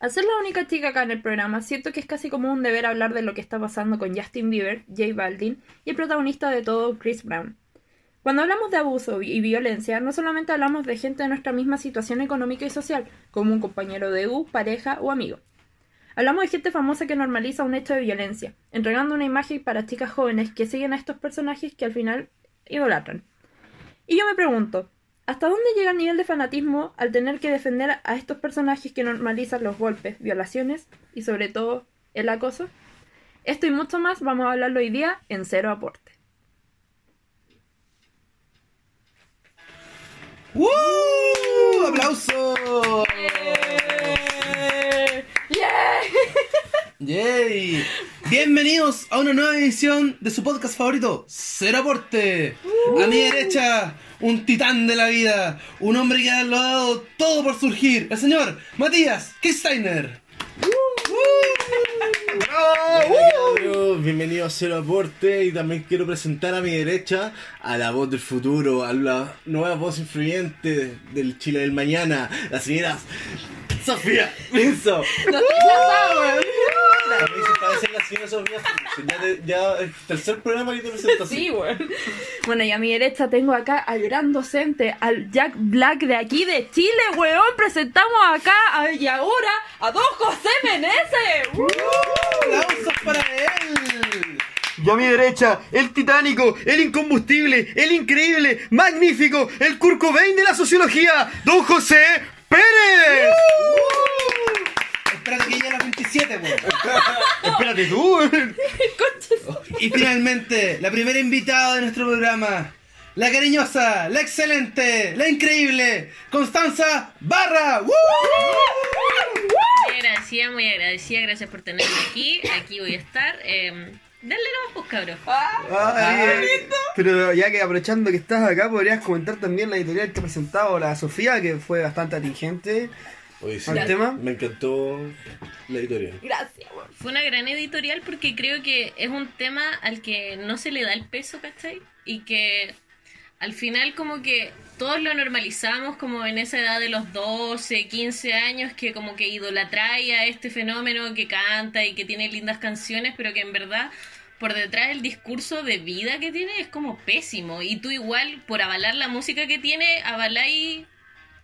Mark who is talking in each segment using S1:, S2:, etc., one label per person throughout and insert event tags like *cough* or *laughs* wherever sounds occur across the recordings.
S1: Al ser la única chica acá en el programa, siento que es casi como un deber hablar de lo que está pasando con Justin Bieber, J Balvin y el protagonista de todo, Chris Brown. Cuando hablamos de abuso y violencia, no solamente hablamos de gente de nuestra misma situación económica y social, como un compañero de U, pareja o amigo. Hablamos de gente famosa que normaliza un hecho de violencia, entregando una imagen para chicas jóvenes que siguen a estos personajes que al final idolatran. Y yo me pregunto, ¿hasta dónde llega el nivel de fanatismo al tener que defender a estos personajes que normalizan los golpes, violaciones y sobre todo el acoso? Esto y mucho más vamos a hablarlo hoy día en Cero Aporte.
S2: ¡Woo! ¡Aplauso!
S1: ¡Eh! *laughs*
S2: ¡Yay! Bienvenidos a una nueva edición de su podcast favorito, Cero Aporte. A mi derecha, un titán de la vida, un hombre que lo ha dado todo por surgir, el señor Matías Kisteiner.
S3: Bienvenido, bienvenido a Cero Aporte y también quiero presentar a mi derecha a la voz del futuro, a la nueva voz influyente del Chile del mañana, la señora Sofía Pinzo.
S1: ¡Uh!
S3: A mí se parece la señora Sofía Pinzo. Ya, te- ya el tercer programa que te presento así.
S1: Bueno, y a mi derecha tengo acá al gran docente, al Jack Black de aquí de Chile, weón. Presentamos acá a- y ahora a Don José Meneses. ¡Uh!
S2: ¡Aplausos para él!
S4: Y a mi derecha, el titánico, el incombustible, el increíble, magnífico, el Kurt Cobain de la sociología, don José
S2: *laughs*
S4: Pérez.
S2: Espérate que llegue a las 27, weón.
S4: Espérate tú.
S2: *laughs* Y finalmente, la primera invitada de nuestro programa, la cariñosa, la excelente, la increíble, Constanza Barra. ¡Woo!
S1: ¡Uh!
S5: Muy agradecida, muy agradecida, gracias por tenerme aquí. Aquí voy a estar. Eh, dale nomás, pues cabros.
S1: Ah,
S4: eh, pero ya que aprovechando que estás acá, podrías comentar también la editorial que ha presentado la Sofía, que fue bastante atingente.
S3: Oye, sí,
S4: ¿Al tema?
S3: me encantó la editorial.
S1: Gracias, weón.
S5: Fue una gran editorial porque creo que es un tema al que no se le da el peso, ¿cachai? Y que al final como que todos lo normalizamos como en esa edad de los 12, 15 años que como que idolatráis a este fenómeno que canta y que tiene lindas canciones, pero que en verdad por detrás el discurso de vida que tiene es como pésimo. Y tú igual por avalar la música que tiene, avaláis,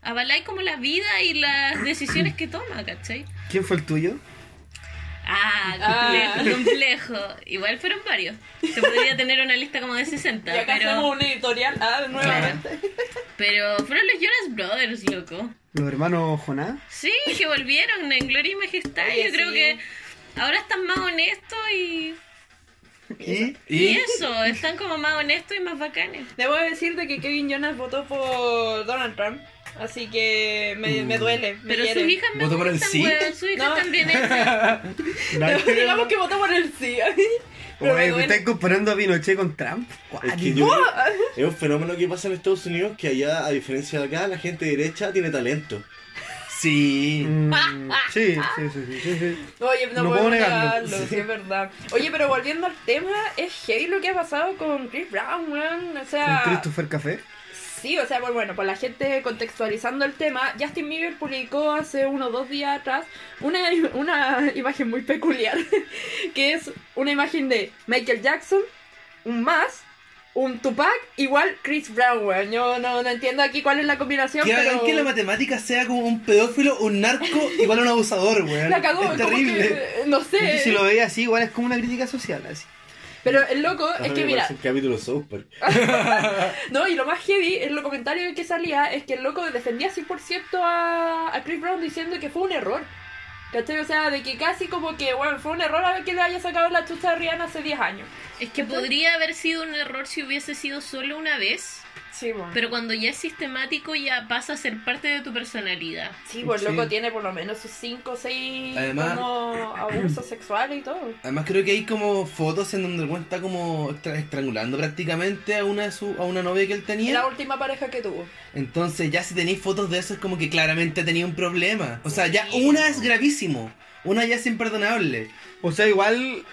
S5: avaláis como la vida y las decisiones que toma, ¿cachai?
S4: ¿Quién fue el tuyo?
S5: Ah, complejo, complejo. Igual fueron varios. Se podría tener una lista como de 60, pero,
S1: un editorial ah,
S5: nuevamente. pero fueron los Jonas Brothers, loco.
S4: ¿Los hermanos Jonás?
S5: Sí, que volvieron en Gloria y Majestad. Yo creo que ahora están más honestos y,
S4: ¿Y?
S5: y eso, están como más honestos y más bacanes.
S6: Debo decirte que Kevin Jonas votó por Donald Trump, así que me, me duele. Me
S5: Pero
S6: hiere.
S5: sus hijas me
S2: ¿Voto por el
S5: gustan,
S2: sí?
S5: weón, sus hijas
S6: No. *laughs*
S5: también es.
S6: Pero digamos que votó por el sí. *laughs* Pero me
S4: Oye, ¿me
S6: duele.
S4: estás eh, comparando a Pinochet con Trump?
S3: Es que yo creo- es un fenómeno que pasa en Estados Unidos que allá, a diferencia de acá, la gente derecha tiene talento.
S2: Sí.
S4: Mm, sí, sí, sí, sí, sí, sí.
S6: Oye, no,
S4: No puedo
S6: puedo
S4: negarlo.
S6: negarlo, sí, es verdad. Oye, pero volviendo al tema, es heavy lo que ha pasado con Chris Brown, weón. O
S4: ¿Con
S6: sea,
S4: Christopher Café?
S6: sí, o sea, pues bueno, pues la gente contextualizando el tema, Justin Bieber publicó hace unos dos días atrás una, una imagen muy peculiar, *laughs* que es una imagen de Michael Jackson, un más, un Tupac, igual Chris Brown, weón. Yo no, no entiendo aquí cuál es la combinación,
S2: Que hagan
S6: pero...
S2: que la matemática sea como un pedófilo, un narco, igual a un abusador, weón.
S6: La cagó,
S2: Es
S6: como
S2: terrible.
S6: que, no
S4: Es que
S6: sé.
S4: si lo veía así, igual es como una crítica social, así.
S6: Pero el loco
S3: Ahora
S6: es
S3: me
S6: que mira,
S3: parece un capítulo de South Park.
S6: No, y lo más heavy en los comentarios que salía es que el loco defendía 100% a, a Chris Brown diciendo que fue un error. ¿Cachai? O sea, de que casi como que, bueno, fue un error haber que le haya sacado la chucha a Rihanna hace 10 años.
S5: Es que podría haber sido un error si hubiese sido solo una vez,
S6: Sí, bueno.
S5: pero cuando ya es sistemático ya pasa a ser parte de tu personalidad. *laughs*
S6: Sí, pues el loco
S2: Sí.
S6: tiene por lo menos sus 5 o 6
S2: Además-
S6: abusos sexuales y todo.
S2: Además creo que hay como fotos en donde el weón está como estra- estrangulando prácticamente a una de su, a una novia que él
S6: Y la
S2: tenía.
S6: última pareja que tuvo.
S2: Entonces ya si tenéis fotos de eso es como que claramente tenía un problema. O sea, ya una es gravísimo. Una ya es imperdonable.
S4: O sea, igual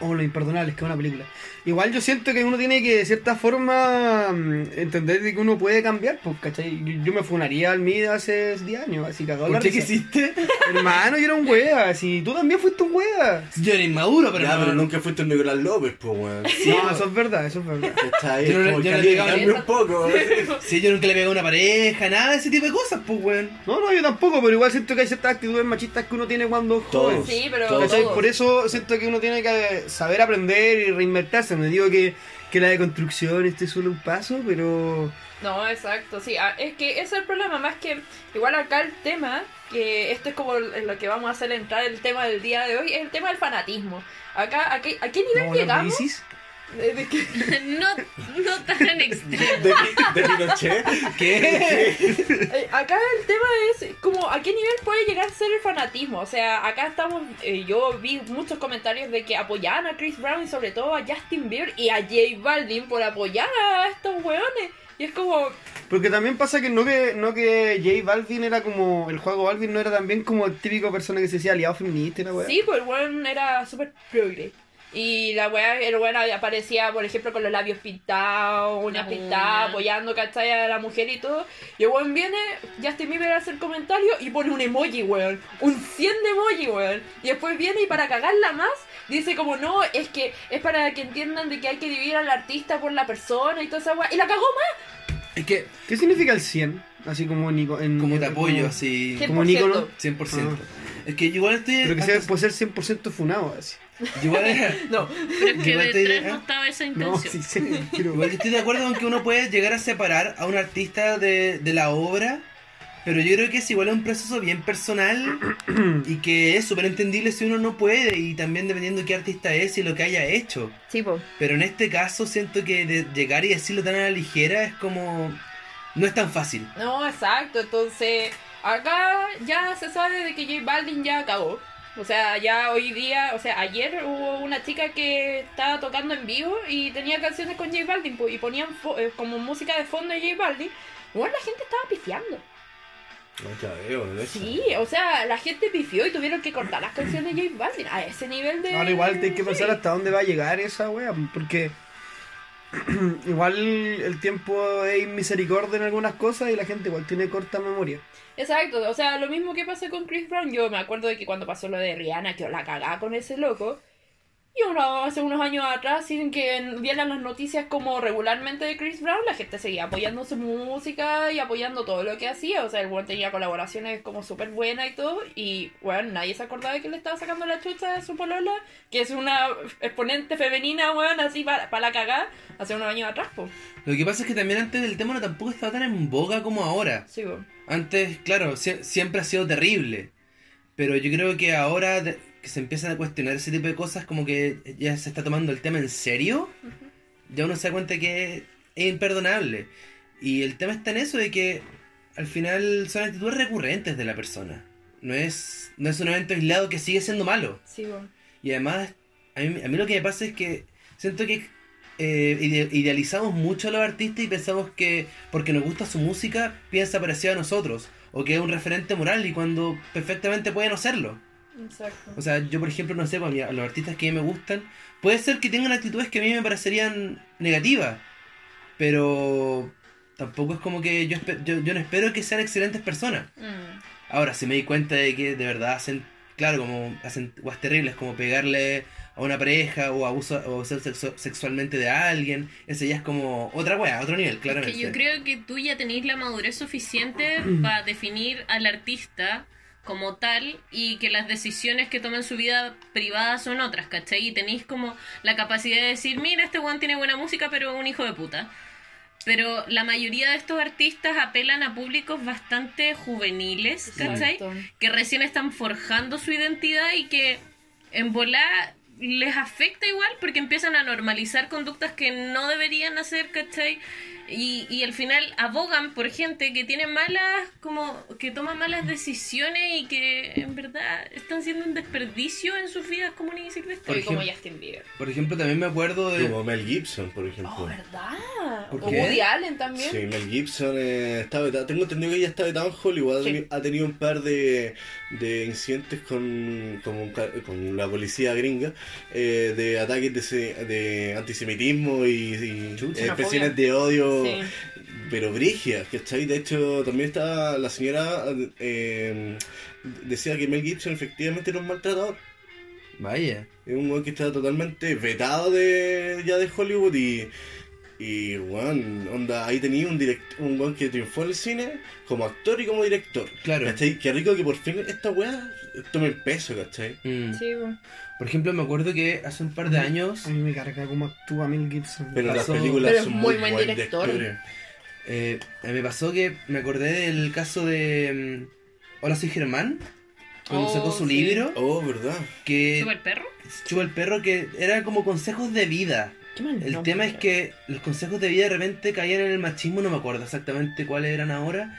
S4: o Lo Imperdonable, que es una película. Igual yo siento que uno tiene que, de cierta forma, mm, entender de que uno puede cambiar, pues, ¿cachai? Yo, yo me funaría al MID hace 10 años, así cagado la
S2: ¿Por qué
S4: risa.
S2: hiciste?
S4: Hermano, yo era un wea, así, tú también fuiste un wea.
S2: *laughs* Yo era inmaduro, pero
S3: Ya,
S2: no-
S3: pero nunca fuiste el Nicolás López, pues, weón.
S4: no, eso es verdad, eso es verdad.
S3: Está ahí,
S2: Yo no le-
S3: como
S2: yo no
S3: caliente,
S2: le pegaba
S3: cambia
S5: ni-
S3: un poco.
S2: Sí, yo nunca le pegué a una pareja, nada de ese tipo de cosas, pues, weón.
S4: No, no, yo tampoco, pero igual siento que hay ciertas actitudes machistas que uno tiene cuando es joven.
S3: Todos.
S6: Sí, pero-
S3: todos.
S4: ¿Cachai? Por eso siento que uno tiene que saber aprender y reinventarse. No digo que, que la deconstrucción este es solo un paso, pero.
S6: No, exacto, sí. ah, Es que ese es el problema, más que igual acá el tema, que esto es como lo que vamos a hacer entrar el tema del día de hoy, es el tema del fanatismo. Acá, ¿a qué, a qué nivel
S4: ¿Vamos a hablar de
S6: llegamos?
S4: ISIS?
S6: Eh, De- de que- *laughs*
S5: No, no tan
S2: *laughs*
S5: extremo.
S3: De, de Pinochet.
S2: ¿Qué?
S6: eh, acá el tema es como a qué nivel puede llegar a ser el fanatismo. O sea, acá estamos, eh, yo vi muchos comentarios de que apoyaban a Chris Brown y sobre todo a Justin Bieber y a J Balvin por apoyar a estos weones. Y es como,
S4: Porque también pasa que no que no que J Balvin era como. El juego Balvin no era también como el típico persona que se decía aliado feminista y la weá.
S6: Sí, pues el weón era súper progre. Y la weá, el weón aparecía, por ejemplo, con los labios pintados, uñas
S5: Las
S6: pintadas,
S5: uñas.
S6: apoyando, ¿cachai? A la mujer y todo. Y el weón viene, Justin Bieber hace el comentario y pone un emoji, weón. Un 100 de emoji, weón. Y después viene y para cagarla más, dice como, no, es que es para que entiendan de que hay que dividir al artista por la persona y toda esa weá. Y la cagó más.
S2: Es que,
S4: ¿Qué significa el 100? Así como Nico. En,
S2: como te
S4: en-
S2: apoyo,
S4: como-
S2: así,
S6: Sí.
S4: Como Nico, ¿no?
S2: 100%. Es que yo igual estoy.
S4: Ah. Pero que sea, puede ser 100% funado, así.
S2: yo *laughs* igual-
S6: No,
S5: Pero es que
S2: Igual te diré,
S5: detrás
S2: ¿eh?
S5: no estaba esa
S4: No, sí,
S5: intención.
S4: sí. Pero,
S2: Igual yo estoy de acuerdo en que uno puede llegar a separar a un artista de, de la obra, pero yo creo que es igual un proceso bien personal y que es súper entendible si uno no puede y también dependiendo de qué artista es y lo que haya hecho.
S6: sí, pues.
S2: Pero en este caso siento que de llegar y decirlo tan a la ligera es como... No es tan fácil.
S6: No, exacto. Entonces, acá ya se sabe de que J Balvin ya acabó. O sea, ya hoy día, o sea, ayer hubo una chica que estaba tocando en vivo y tenía canciones con J Balvin pues, y ponían fo- eh, como música de fondo de J Balvin. Bueno, la gente estaba pifiando.
S3: No te veo, ¿no?
S6: Sí, o sea, la gente pifió y tuvieron que cortar las canciones de J Balvin a ese nivel de...
S4: Ahora igual hay que pensar
S6: Sí.
S4: hasta dónde va a llegar esa wea, porque *clears throat* igual el tiempo es misericordia en algunas cosas y la gente igual tiene corta memoria.
S6: Exacto, o sea, lo mismo que pasó con Chris Brown. Yo me acuerdo de que cuando pasó lo de Rihanna, que la cagaba con ese loco. Y uno, hace unos años atrás, sin que dieran las noticias como regularmente de Chris Brown, la gente seguía apoyando su música y apoyando todo lo que hacía. O sea, el weón tenía colaboraciones como súper buenas y todo. Y, bueno, nadie se acordaba de que le estaba sacando la chucha a su polola, que es una exponente femenina, weón, así para la cagada, hace unos años atrás, pues.
S2: Lo que pasa es que también antes del tema no tampoco estaba tan en boga como ahora.
S6: Sí, po.
S2: Antes, claro, sie- siempre ha sido terrible. Pero yo creo que ahora de- que se empiezan a cuestionar ese tipo de cosas, como que ya se está tomando el tema en serio, ya uno se da cuenta que es imperdonable. Y el tema está en eso de que al final son actitudes recurrentes de la persona. No es, no es un evento aislado que sigue siendo malo.
S6: Sí, po.
S2: Y además, a mí, a mí lo que me pasa es que siento que eh, ide- idealizamos mucho a los artistas y pensamos que porque nos gusta su música piensa parecido a nosotros o que es un referente moral y cuando perfectamente puede no serlo.
S6: Exacto.
S2: O sea, yo por ejemplo no sé, pues, a mí- a los artistas que a mí me gustan, puede ser que tengan actitudes que a mí me parecerían negativas, pero tampoco es como que yo, espe- yo, yo no espero que sean excelentes personas.
S6: Mm.
S2: Ahora sí me di cuenta de que de verdad hacen, claro, como hacen guas terribles, como pegarle a una pareja o abuso o abusar sexu- sexualmente de alguien. Ese ya es como otra wea, otro nivel,
S5: Es
S2: claramente.
S5: que yo creo que tú ya tenés la madurez suficiente
S4: Mm.
S5: para definir al artista como tal y que las decisiones que toma en su vida privada son otras, ¿cachai? Y tenéis como la capacidad de decir, mira, este one tiene buena música, pero es un hijo de puta. Pero la mayoría de estos artistas apelan a públicos bastante juveniles, ¿cachai?
S6: Exacto.
S5: que recién están forjando su identidad y que en volá les afecta igual porque empiezan a normalizar conductas que no deberían hacer, ¿cachai? Y, y al final abogan por gente que tiene malas, como que toma malas decisiones y que en verdad están siendo un desperdicio en sus vidas comunes y
S2: Por
S5: silvestres.
S6: Soy como
S2: ejemplo-
S6: Justin Bieber.
S2: Por ejemplo, también me acuerdo de.
S3: Como Mel Gibson, por ejemplo.
S6: Oh, ¿verdad?
S2: ¿Por
S6: o
S2: qué?
S6: Woody Allen también.
S3: Sí, Mel Gibson eh, está vetado. Tengo entendido que ella está vetada en Hollywood. Ha,
S6: Sí.
S3: teni- ha tenido un par de, de incidentes con, con, un ca- con la policía gringa eh, de ataques de, se- de antisemitismo y, y
S2: Chucha.
S3: eh, expresiones de odio,
S6: Sí.
S3: pero brigias, ¿cachai? De hecho, también está la señora eh, decía que Mel Gibson efectivamente era un maltratador.
S2: Vaya.
S3: Es un weón que está totalmente vetado de, ya de Hollywood y. Y weón, onda, ahí tenía un direct, un weón que triunfó en el cine como actor y como director.
S2: Claro.
S3: ¿Cachai? Qué rico que por fin esta weá tome el peso, ¿cachai?
S2: Mm.
S6: Sí, bueno.
S2: Por ejemplo, me acuerdo que hace un par de años
S4: A mí me carga cómo actúa Mel Gibson.
S3: Pero las
S2: Pasó-
S3: películas
S6: Pero es
S3: son
S6: muy
S3: muy,
S6: buen
S3: buen
S6: director.
S3: directores.
S2: eh, me pasó que me acordé del caso de. mm, Hola, soy Germán. Cuando
S6: Oh,
S2: sacó su
S6: sí.
S2: libro,
S3: Oh, verdad.
S2: que
S5: ¿Super perro?
S2: chupa el perro, que era como consejos de vida.
S6: Qué mal
S2: El
S6: nombre.
S2: tema es que los consejos de vida de repente caían en el machismo, no me acuerdo exactamente cuáles eran ahora,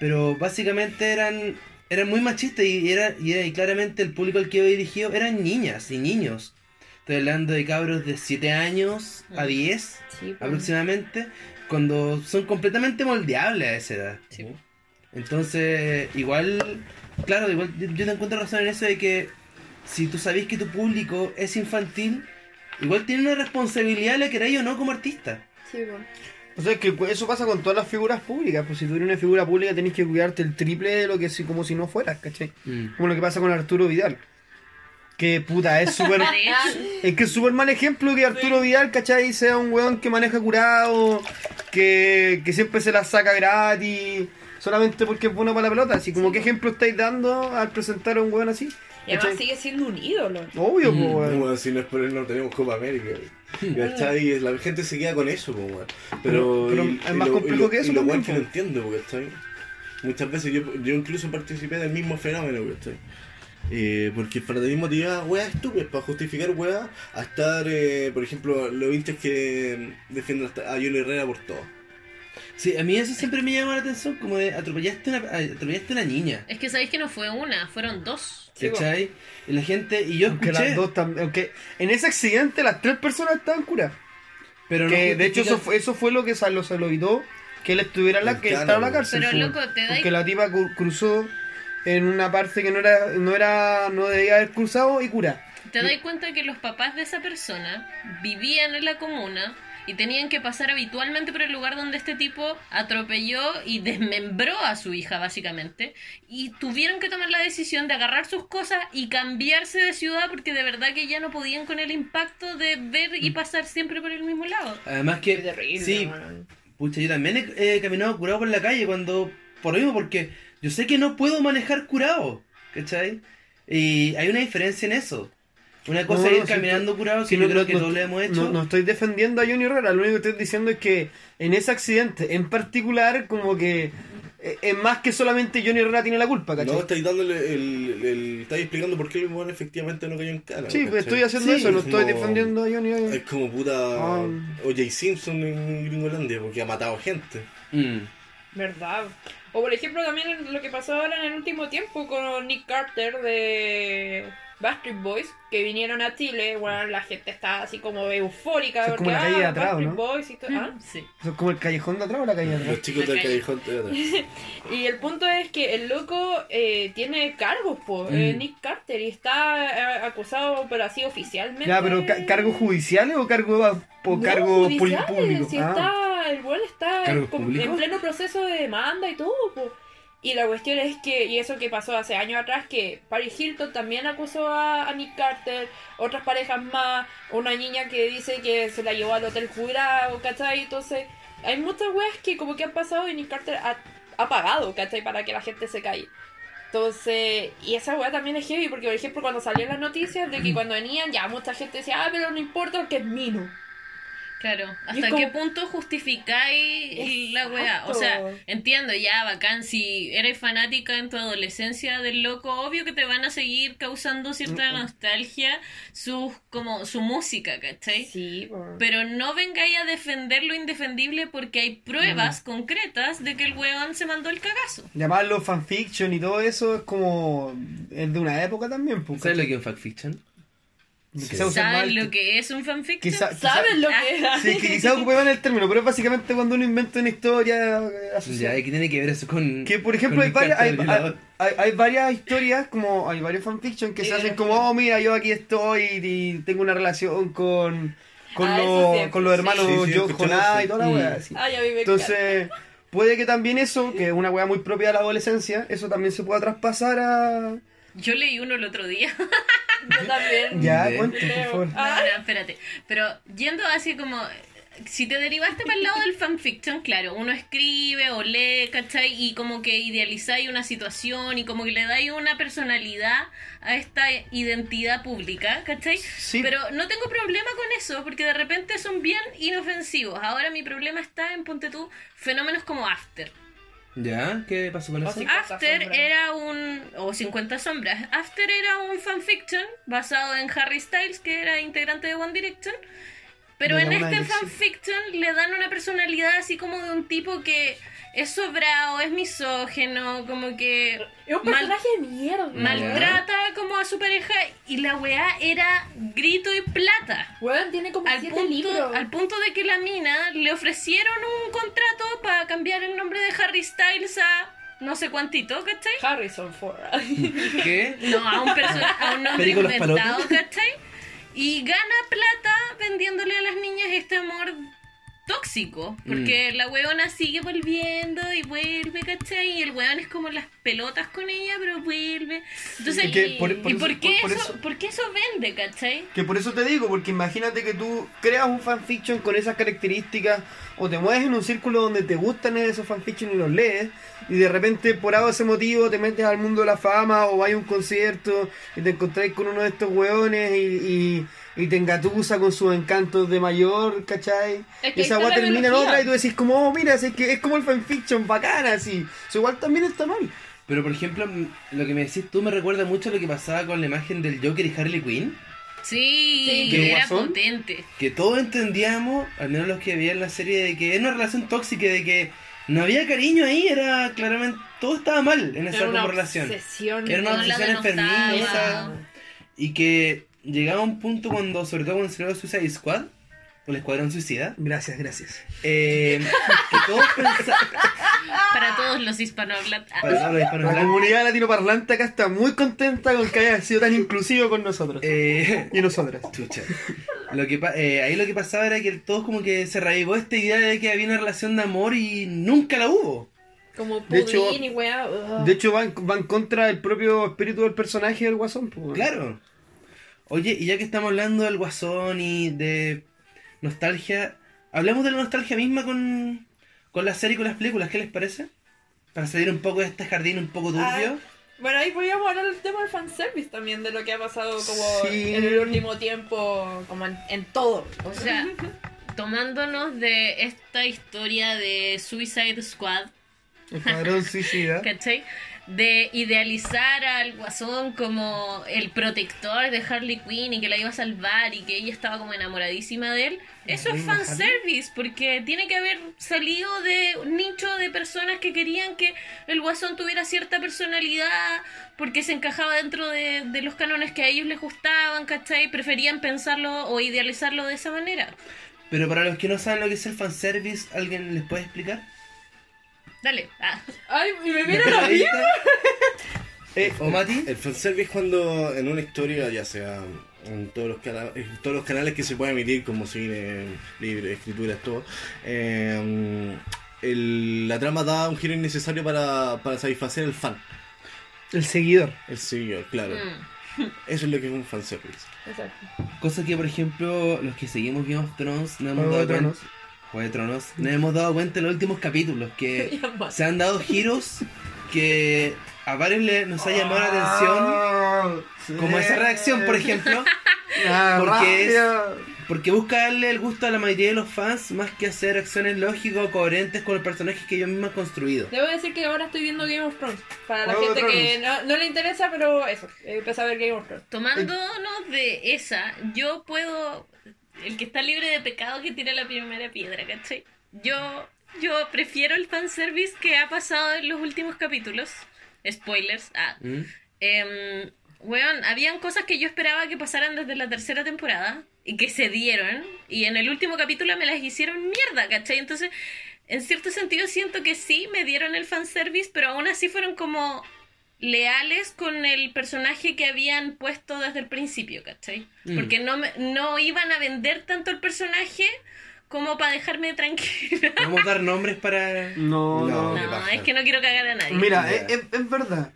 S2: pero básicamente eran eran muy machistas y era y, era- y claramente el público al que yo dirigido eran niñas y niños. Estoy hablando de cabros de 7 años a
S5: Mm.
S2: 10
S6: Sí, bueno.
S2: aproximadamente, cuando son completamente moldeables a esa edad.
S5: Sí.
S2: Entonces, igual, claro, igual yo, yo te encuentro razón en eso de que si tú sabés que tu público es infantil, igual tiene una responsabilidad, la queráis o no, como artista.
S6: Sí, bueno.
S4: O sea, es que eso pasa con todas las figuras públicas. Pues si tú eres una figura pública tenés que cuidarte el triple de lo que si, como si no fueras, ¿cachai?
S6: Mm.
S4: Como lo que pasa con Arturo Vidal. Que puta, es
S5: *laughs*
S4: súper...
S5: De hecho,
S4: Es que es súper mal ejemplo que Arturo Vidal, ¿cachai? Sea un weón que maneja curado, que, que siempre se la saca gratis, solamente porque es bueno para la pelota. Así como, ¿qué ejemplo estáis dando al presentar a un weón así?
S6: Y además
S4: ¿Cachai?
S6: sigue siendo un ídolo.
S4: Obvio,
S2: Mm,
S4: po, weón.
S3: Bueno, si no es por él, no tenemos Copa América. ¿Cachai? Y La gente se queda con eso, pues, weón. Pero,
S4: Pero- pero
S3: y-
S4: es
S3: y
S4: más
S3: lo-
S4: complejo
S3: y lo-
S4: que eso
S3: Y lo
S4: también,
S3: weón que
S4: po.
S3: no entiendo, ¿cachai? Muchas veces yo, yo incluso participé del mismo fenómeno, ¿cachai? Eh, porque el fanatismo te lleva a weas estúpidas para justificar weas a estar, eh, por ejemplo, los hinchas que defienden hasta a Yoli Herrera por todo.
S2: Sí, a mí eso siempre me llama la atención, como de atropellaste a una, atropellaste a una niña.
S5: es que sabéis que no fue una, fueron dos.
S6: Sí, po.
S2: ¿Cachai? Y la gente, y yo
S4: Aunque
S2: escuché,
S4: las dos tam- aunque en ese accidente las tres personas estaban curadas.
S2: pero no
S4: Que, de hecho eso
S2: justifica-
S4: fue, eso fue lo que sal- lo se lo evitó que él estuviera en la, que
S3: Claro,
S4: estaba en la
S3: güey.
S4: cárcel.
S5: Pero
S4: fue.
S5: loco, te dais
S4: porque la tipa cu- cruzó en una parte que no era, no era, no debía haber cruzado y cura.
S5: Te das cuenta que los papás de esa persona vivían en la comuna y tenían que pasar habitualmente por el lugar donde este tipo atropelló y desmembró a su hija, básicamente. Y tuvieron que tomar la decisión de agarrar sus cosas y cambiarse de ciudad porque de verdad que ya no podían con el impacto de ver y pasar siempre por el mismo lado.
S2: Además
S6: Qué
S2: que,
S6: terrible,
S2: sí,
S6: bueno.
S2: pucha, yo también he, he caminado curado por la calle cuando, por lo mismo, porque yo sé que no puedo manejar curado, ¿cachai? Y hay una diferencia en eso. Una cosa
S4: No,
S2: es ir
S4: no, sí,
S2: caminando curado, que
S4: sí,
S2: yo
S4: no,
S2: creo
S4: no,
S2: que
S4: no,
S2: todos lo hemos hecho.
S4: No, no estoy defendiendo a Johnny Herrera, lo único que estoy diciendo es que en ese accidente en particular como que eh, es más que solamente Johnny Herrera tiene la culpa, ¿cachai?
S3: No, estáis dándole el, el, estáis explicando por qué el weón efectivamente no cayó en cara.
S4: sí, pues
S3: ¿cachai?
S4: estoy haciendo
S2: Sí,
S4: eso, no estoy
S3: como-
S4: defendiendo a Johnny
S3: Es como puta
S4: Ah.
S3: O.J. Simpson en Gringolandia porque ha matado gente.
S2: Mm.
S6: ¿Verdad? O por ejemplo también lo que pasó ahora en el último tiempo con Nick Carter de Backstreet Boys, que vinieron a Chile, bueno, la gente está así como eufórica. ah,
S4: Eso es como la calle de atrás,
S6: Backstreet
S4: ¿no? Mm.
S6: Boys y todo. ¿Ah?
S5: Sí.
S4: Eso es como el callejón de atrás o la calle de atrás.
S3: Los chicos
S5: La
S3: del
S5: calle.
S3: callejón de atrás.
S6: Y el punto es que el loco eh, tiene cargos, po, eh,
S2: Mm.
S6: Nick Carter, y está eh, acusado, pero así oficialmente.
S4: Ya, pero ca- cargos judiciales o cargo a- o
S6: No,
S4: cargo pul-
S6: judiciales,
S4: público.
S6: Si
S4: Ah.
S6: está, el weón está
S2: ¿Cargos
S6: con- en
S2: públicos?
S6: pleno proceso de demanda y todo, po. Y la cuestión es que, y eso que pasó hace años atrás, que Paris Hilton también acusó a, a Nick Carter, otras parejas más, una niña que dice que se la llevó al hotel jurado, ¿cachai? Entonces, hay muchas weas que como que han pasado y Nick Carter ha, ha pagado, ¿cachai? Para que la gente se calle. Entonces, y esa weá también es heavy, porque por ejemplo
S4: Mm.
S6: cuando salían las noticias de que cuando venían, ya mucha gente decía, ah, pero no importa porque es Mino.
S5: Claro,
S6: Y es
S5: ¿hasta
S6: como-
S5: qué punto justificáis la weá? O sea,
S6: Exacto.
S5: entiendo ya, bacán, si eres fanática en tu adolescencia del loco, obvio que te van a seguir causando cierta nostalgia sus, como, su música, ¿cachai?
S6: Sí, po.
S5: Pero no vengáis a defender lo indefendible porque hay pruebas
S6: Mm.
S5: concretas de que el weón se mandó el cagazo.
S4: Llamarlo fanfiction y todo eso es como. es de una época también, pues.
S2: ¿Sabes lo que es Fact Fiction?
S4: Quizá usen más
S5: ¿Saben
S4: el-
S5: lo que es un fanfiction?
S4: Quizá- quizá-
S6: ¿Saben lo que era?
S4: Sí, que quizás ocupaban el término, pero es básicamente cuando uno inventa una historia eh,
S2: Ya,
S4: asociada.
S2: ¿y qué tiene que ver eso con.?
S4: Que por ejemplo
S2: con
S4: hay
S2: el
S4: varias, hay,
S2: canto del violador?
S4: hay- hay- hay varias historias, como hay varios fanfiction que se hacen como, oh mira, yo aquí estoy y tengo una relación con, con,
S6: Ah, eso
S4: los,
S6: siempre,
S4: con los hermanos
S3: Sí, sí, he
S4: John
S3: escuchado
S4: Jonás
S3: eso.
S4: y toda la
S2: Mm.
S4: wea. así.
S6: *laughs* Ay, a mí me encanta.
S4: Entonces, puede que también eso, que es una wea muy propia de la adolescencia, eso también se pueda traspasar a...
S5: Yo leí uno el otro día.
S6: Yo también.
S4: Ya,
S2: Bien.
S4: cuento, por favor.
S5: No, Ah, no, espérate. Pero yendo así como. Si te derivaste para el lado del fanfiction, claro, uno escribe o lee, ¿cachai? Y como que idealizáis una situación y como que le dais una personalidad a esta identidad pública, ¿cachai?
S4: Sí.
S5: Pero no tengo problema con eso, porque de repente son bien inofensivos. Ahora mi problema está en, ponte tú, fenómenos como After.
S2: ¿Ya? ¿Qué pasó con eso?
S6: sí. 50
S5: After
S6: sombras.
S5: era un. o 50 sombras. After era un fanfiction basado en Harry Styles, que era integrante de One Direction. Pero
S4: De
S5: en
S4: la One
S5: este
S4: Direction.
S5: fanfiction le dan una personalidad así como de un tipo que es sobrado, es misógeno, como que
S6: Es un
S5: Mal-
S6: personaje de mierda.
S4: Mm.
S5: maltrata como a su pareja. Y la weá era grito y plata
S6: Weón, tiene como
S5: al
S6: siete
S5: punto,
S6: libros.
S5: al punto de que la mina le ofrecieron un contrato para cambiar el nombre de Harry Styles a no sé cuántito, ¿cachai?
S6: Harrison Ford.
S2: *laughs* ¿Qué?
S5: No, a un, perso- a un nombre
S2: Perico Los
S5: inventado, ¿cachai? Y gana plata vendiéndole a las niñas este amor tóxico, porque
S4: Mm.
S5: la weona sigue volviendo y vuelve, ¿cachai? Y el weón es como las pelotas con ella, pero vuelve. Entonces,
S4: Es que por- por
S5: ¿y
S4: eso-
S5: por qué
S4: por- por
S5: eso,
S4: eso-
S5: por qué eso vende, ¿cachai?
S4: Que por eso te digo, porque imagínate que tú creas un fanfiction con esas características o te mueves en un círculo donde te gustan esos fanfiction y los lees y de repente por algo ese motivo te metes al mundo de la fama o vas a un concierto y te encontrás con uno de estos hueones y, y, y te engatusa con sus encantos de mayor, ¿cachai?
S6: Es que
S4: y
S6: ahí está
S4: esa agua
S6: la
S4: termina en
S6: biología.
S4: otra y tú decís como, oh, mira, si es, que es como el fanfiction, bacana, así. O sea, igual también está mal.
S2: Pero por ejemplo, m- lo que me decís tú me recuerda mucho a lo que pasaba con la imagen del Joker y Harley Quinn.
S5: Sí,
S2: ¿Qué
S5: era
S4: guasón?
S5: potente.
S2: Que todos entendíamos, al menos los que veían la serie, de que era una relación tóxica, de que no había cariño ahí, era claramente. Todo estaba mal en
S6: *laughs*
S2: esa
S6: Era una
S2: como relación.
S6: obsesión.
S2: Era una
S5: No la
S2: obsesión enfermiza.
S5: denostaba.
S2: Y que llegaba un punto cuando, sobre todo cuando salió Suicide Squad, o el Escuadrón Suicida,
S4: Gracias, gracias.
S2: eh, que todos pensaban.
S5: Para todos los hispanohablantes.
S2: *laughs*
S5: Ah,
S2: Para todos los
S4: La
S2: hispanohablantes,
S4: comunidad latinoparlante acá está muy contenta con que haya sido tan inclusivo con nosotros.
S2: eh, *laughs*
S4: Y nosotras.
S2: Chucha. Lo que pa- eh, ahí lo que pasaba era que el- todos como que se raivó esta idea de que había una relación de amor y nunca la hubo.
S6: Como pudín
S4: De hecho-
S6: y weá. ugh.
S4: De hecho, van, van contra el propio espíritu del personaje del Guasón. po.
S2: Claro. Oye, y ya que estamos hablando del guasón y de nostalgia, hablemos de la nostalgia misma con, con la serie y con las películas, ¿qué les parece? Para salir un poco de este jardín un poco turbio.
S6: Bueno, ahí podríamos hablar del tema del fanservice también, de lo que ha pasado como
S4: Sí.
S6: en el último tiempo, como en, en todo.
S4: *laughs*
S5: O sea, tomándonos de esta historia de Suicide Squad,
S4: Escuadrón
S5: *laughs*
S4: suicida.
S5: ¿cachai? De idealizar al guasón como el protector de Harley Quinn y que la iba a salvar y que ella estaba como enamoradísima de él. Eso es fanservice, porque tiene que haber salido de un nicho de personas que querían que el guasón tuviera cierta personalidad, porque se encajaba dentro de, de los cánones que a ellos les gustaban, ¿cachai? Preferían pensarlo o idealizarlo de esa manera.
S2: Pero para los que no saben lo que es el fanservice, ¿alguien les puede explicar?
S5: Dale. Ah.
S6: Ay, y me miran a *laughs*
S4: *laughs*
S6: mí.
S4: Eh,
S2: ¿O Mati?
S3: El fanservice es cuando en una historia, ya sea en todos los, cana- en todos los canales que se pueden emitir, como cine, libre, escrituras, todo, eh, el- la trama da un giro innecesario para, para satisfacer al fan,
S4: el seguidor.
S3: el seguidor, claro.
S5: Mm.
S3: Eso es lo que es un fanservice.
S6: Exacto.
S2: Cosa que, por ejemplo, los que seguimos Game of Thrones no hemos
S4: Juego de
S2: dado cuenta.
S4: Tronos.
S2: Juego de Tronos. Nos hemos dado cuenta en los últimos capítulos
S4: Eh,
S6: *laughs*
S2: que
S6: Ya más.
S2: se han dado giros que a varios le- nos ha llamado la atención.
S4: Ah, sí.
S2: Como esa reacción, por ejemplo.
S4: Ah,
S2: porque es-
S4: rabia.
S2: Porque busca darle el gusto a la mayoría de los fans más que hacer acciones lógicas o coherentes con los personajes que ellos mismos han construido.
S6: Debo decir que ahora estoy viendo Game of Thrones. Para la
S4: Juego de
S6: gente que no, no le interesa, pero eso. eh, Empecé a ver Game of Thrones.
S5: Tomándonos de esa, yo puedo. El que está libre de pecado que tira la primera piedra, ¿cachai? Yo, yo prefiero el fanservice que ha pasado en los últimos capítulos. Spoilers. Ah.
S2: ¿Mm?
S5: Em, weón, habían cosas que yo esperaba que pasaran desde la tercera temporada y que se dieron. Y en el último capítulo me las hicieron mierda, ¿cachai? Entonces, en cierto sentido siento que sí, me dieron el fanservice, pero aún así fueron como leales con el personaje que habían puesto desde el principio, ¿cachai? Porque no, me- no iban a vender tanto el personaje como para dejarme
S2: *laughs*
S5: tranquila.
S2: Vamos a dar nombres para...
S4: No, no.
S3: No. qué
S5: No,
S3: paja.
S5: es que no quiero cagar a nadie.
S4: Mira, es, es- es verdad.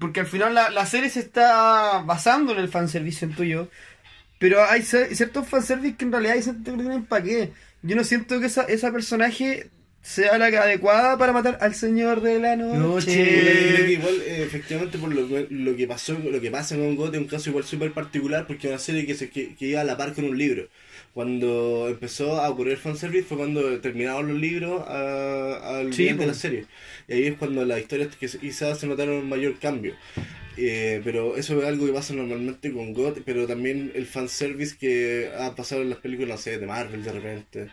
S4: Porque al final la, la serie se está basando en el fanservice, siento yo. Pero hay ce- ciertos fanservice que en realidad hay gente que no tienen para qué. Yo no siento que esa, esa personaje sea la que adecuada para matar al señor de la
S3: Yo creo que
S4: noche.
S3: Igual, eh, efectivamente, por lo, lo que pasó, lo que pasa con Gote es un caso igual súper particular porque es una serie que, se, que, que iba a la par con un libro. Cuando empezó a ocurrir el fanservice fue cuando terminaron los libros a- al
S4: Sí,
S3: final de
S4: pues.
S3: la serie. Y ahí es cuando las historias que se- quizás se notaron un mayor cambio. Eh, pero eso es algo que pasa normalmente con God, pero también el fanservice que ha pasado en las películas, no sé, de Marvel de repente.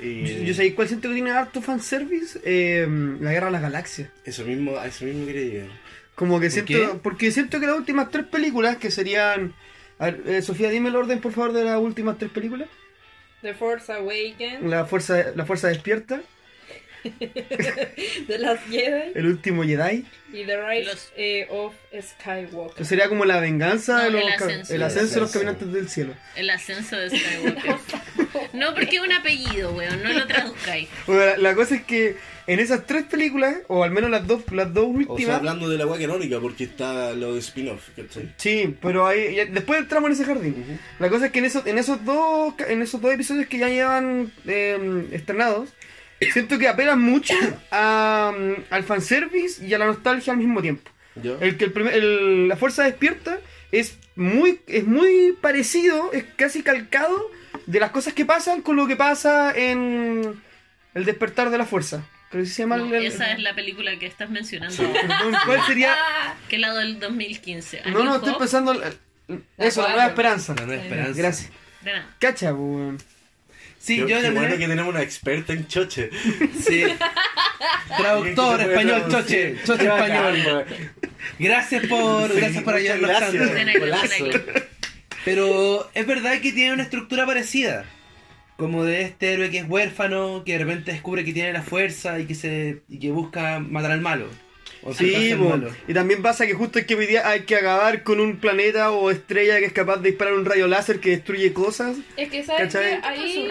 S3: Y
S4: Yo, yo sé cuál siento que tiene harto fanservice. Eh, la guerra de las galaxias.
S3: eso mismo, a eso mismo quería llegar.
S4: Como que
S2: ¿Por
S4: siento.
S2: qué?
S4: Porque siento que las últimas tres películas que serían. a ver, eh, Sofía, dime el orden por favor de las últimas tres películas.
S6: The Force Awakens,
S4: La fuerza, la fuerza despierta,
S6: The Last Jedi
S4: el último Jedi.
S6: y The Rise
S5: Los-
S6: eh, of Skywalker.
S4: Que Sería como la venganza
S5: No,
S4: de los
S5: el
S4: ca-
S5: ascenso.
S4: el ascenso de los
S3: Ascenso.
S4: caminantes del cielo.
S5: El ascenso de Skywalker. No, porque es un apellido, weón. No lo traduzcáis.
S4: Bueno, la, la cosa es que en esas tres películas, o al menos las dos, las dos
S3: O sea,
S4: últimas.
S3: hablando de la weá canónica, porque está lo de spin-off, ¿cachai?
S4: sí, pero ahí ya- después entramos en ese jardín. La cosa es que en esos, en esos dos, ca- en esos dos episodios que ya llevan eh, estrenados, siento que apelan mucho a, mm, al fanservice y a la nostalgia al mismo tiempo.
S3: ¿Yo?
S4: El que el primer- el- la fuerza despierta es muy, es muy parecido, es casi calcado de las cosas que pasan con lo que pasa en el despertar de la fuerza. Creo que se llama el-
S5: No,
S4: el-
S5: esa es la película que estás mencionando.
S4: Perdón, ¿Cuál sería?
S6: Ah,
S5: Que es la del 2015.
S4: No, no,
S5: Annie
S4: estoy
S5: Hope,
S4: pensando. en- Eso, la nueva esperanza.
S2: La nueva esperanza.
S4: Gracias.
S5: de nada.
S4: Cacha, weón.
S2: Sí,
S3: Qué-
S2: yo
S3: qué
S2: también-
S3: bueno que tenemos una experta en choche.
S2: Sí. Traductor español, choche, choche español. Gracias por, gracias por ayudarnos
S3: Gracias.
S2: tanto.
S5: Ven aquí,
S3: Golazo.
S5: ven aquí.
S2: Pero es verdad que tiene una estructura parecida. Como de este héroe que es huérfano, que de repente descubre que tiene la fuerza y que se y que busca matar al malo. O
S4: Sí,
S2: salvarse al
S4: weón.
S2: malo.
S4: Y también pasa que justo es que hoy día hay que acabar con un planeta o estrella que es capaz de disparar un rayo láser que destruye cosas.
S6: Es que sabes que
S4: ¿Cachai?
S6: ahí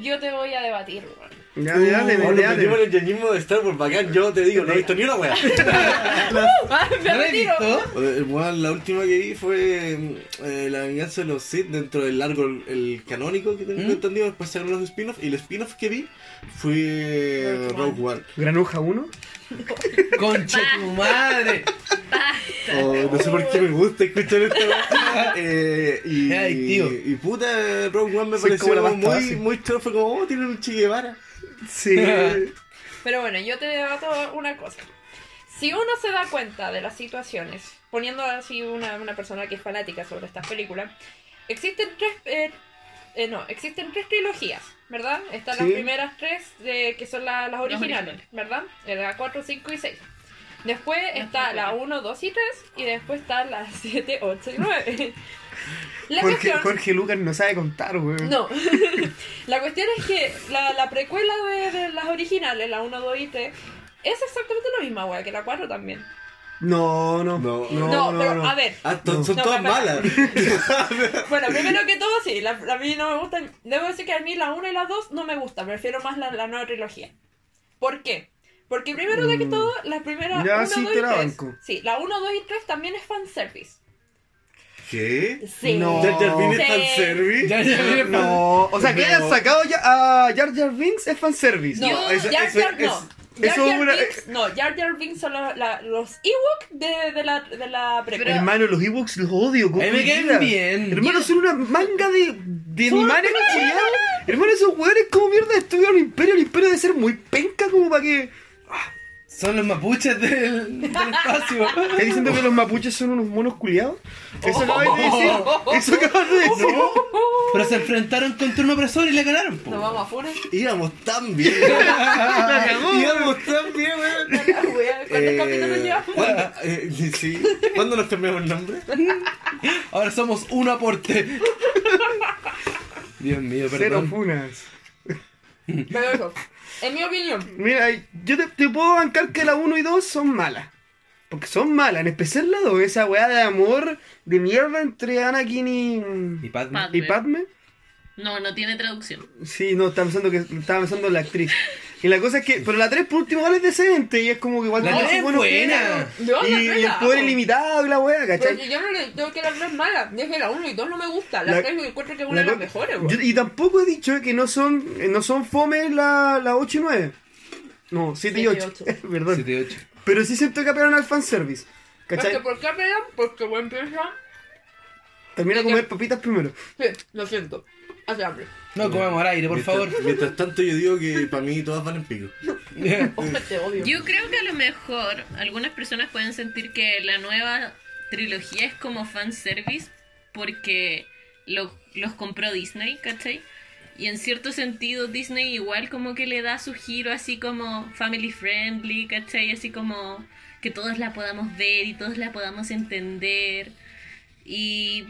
S6: yo te voy a debatir, weón.
S4: Ya,
S2: Uh,
S4: dale,
S3: Oh,
S4: dale,
S3: nos
S4: dale.
S3: metimos en el yanismo de Star Wars, bacán. Yo te digo, no he visto ni una weá.
S6: Ah, *laughs* me
S2: ¿No lo he
S6: retiro.
S2: visto?
S3: Eh, bueno, la última que vi fue eh, La venganza de los Sith dentro del largo, el canónico que tengo
S2: ¿Mm?
S3: entendido. Después sacaron los spin-off. Y el spin-off que vi fue Rogue One.
S4: Granuja 1.
S2: Concha tu madre.
S3: Oh, no sé por qué me gusta escuchar esto. eh, y,
S2: Es adictivo.
S3: y puta, Rogue One me
S4: Soy
S3: pareció
S4: como la pasta
S3: muy,
S4: base.
S3: muy choro. Fue como, oh, tiene un Che Guevara.
S4: *laughs* Sí.
S6: Pero bueno, yo te debato una cosa. Si uno se da cuenta de las situaciones, poniendo así una, una persona que es fanática sobre estas películas, existen tres... eh, eh, no, existen tres trilogías, ¿verdad? Están
S4: Sí.
S6: las primeras tres, eh, que son la- las originales,
S5: originales.
S6: ¿verdad? Eh, La 4, 5 y 6. Después
S5: Las
S6: está la
S5: primeras.
S6: 1, 2 y 3, y después está la *laughs* 7, 8 y 9. La
S4: Jorge,
S6: cuestión-
S4: Jorge Lucas no sabe contar, weón.
S6: no. *laughs* la cuestión es que la, la precuela de, de las originales, la 1, 2 y 3, es exactamente la misma weá que la 4 también.
S4: No, no.
S3: No.
S6: No,
S4: No, no,
S6: pero
S4: no.
S6: a ver.
S3: Ah, to-
S4: No.
S3: son
S6: No,
S3: todas
S6: espera.
S2: *laughs*
S3: malas.
S6: Bueno, primero que todo, sí, la, a mí no me gustan. Debo decir que a mí la 1 y la 2 no me gustan, prefiero más la, la nueva trilogía. ¿Por qué? Porque primero de que
S4: Mm.
S6: todo, las primeras
S4: Ya
S6: 1,
S4: sí
S6: 2
S4: te
S6: y
S4: la
S6: 3.
S4: banco.
S6: Sí, la 1, 2 y 3 también es fanservice.
S3: ¿Qué?
S6: Sí.
S4: No.
S3: ¿Jar Jar Binks
S6: Sí.
S3: fan service?
S2: *laughs* Ya, ya, ya.
S4: No, o sea, que hayan sacado ya a Jar Jar Binks es fanservice.
S6: No,
S4: eso-
S6: Jar
S4: eso-
S6: Jar
S4: es-
S6: no. Jar
S4: eso es
S6: Jar
S4: una-
S6: Binks, no, Jar Jar Binks son la- la- los Ewok de, de la, de la precuela.
S4: Hermano, los Ewoks los odio. con
S2: Ahí me
S4: mi
S2: caen
S4: vida.
S2: bien.
S4: Hermano, son una manga de de animales culiados. Hermano, esos weones como mierda estudiaron el imperio. El imperio debe ser muy penca como para que...
S2: Son los mapuches del, del *laughs* espacio.
S4: ¿Estás diciendo que los mapuches son unos monos culiados? Eso acabas de decir.
S2: Oh.
S4: Eso acabas de decir.
S2: Pero se enfrentaron contra un opresor y le ganaron. po.
S6: Nos vamos a funes. *laughs*
S3: Íbamos tan
S2: *laughs*
S3: bien.
S4: La cagó,
S3: Íbamos tan bien, weón.
S6: La wea, ¿Cuántos
S3: Eh,
S6: capítulos llevamos?
S3: ¿cuándo, eh, sí. ¿Cuándo nos cambiamos el nombre?
S2: Ahora somos un aporte. *laughs* Dios mío,
S4: Cero
S2: perdón.
S4: funas.
S6: Me lo dejo. En mi opinión.
S4: Mira, yo te, te puedo bancar que la 1 y 2 son malas. Porque son malas, en especial la 2, esa weá de amor de mierda entre Anakin
S2: Y
S4: y,
S2: Padme.
S5: Padme.
S4: y Padme.
S5: No, no tiene traducción.
S4: Sí, no, estaba pensando que estaba pensando en la actriz. Y la cosa es que, pero la 3 por último igual es decente y es como que igual
S2: La
S4: tiene
S2: tres
S4: sus
S2: es
S4: buenos
S2: buena.
S4: géneros.
S6: Yo, la
S4: Y,
S6: tres
S4: y el
S6: la
S4: poder
S6: amo.
S4: ilimitado y la weá,
S6: Pero
S4: ¿cachai?
S6: si yo no le tengo que la 3 mala. Es que la 1 y 2 no me gusta.
S4: La-
S6: La 3 encuentro que es una de las
S4: La co-
S6: mejores,
S4: Yo-
S6: weón.
S4: Y tampoco he dicho que no son, eh, no son fome la, la 8 y 9. No, 7 y
S6: Siete y
S4: 8.
S6: ocho.
S4: *laughs* Perdón.
S2: 7 y 8.
S4: Pero sí siento que apelaron al fanservice. ¿Cachai?
S6: Porque ¿Por qué pegan? Porque buen piensa.
S4: Termina de comer papitas primero.
S6: Sí, lo siento. Hace hambre.
S2: No comamos al aire, por
S3: Mientras-
S2: favor.
S3: Mientras tanto, yo digo que para mí todas van en pico.
S2: *laughs*
S6: Ojo, Oh, te odio.
S5: Yo creo que a lo mejor algunas personas pueden sentir que la nueva trilogía es como fanservice porque lo- los compró Disney, ¿cachai? Y en cierto sentido Disney igual como que le da su giro así como family friendly, ¿cachai? Así como que todos la podamos ver y todos la podamos entender. Y,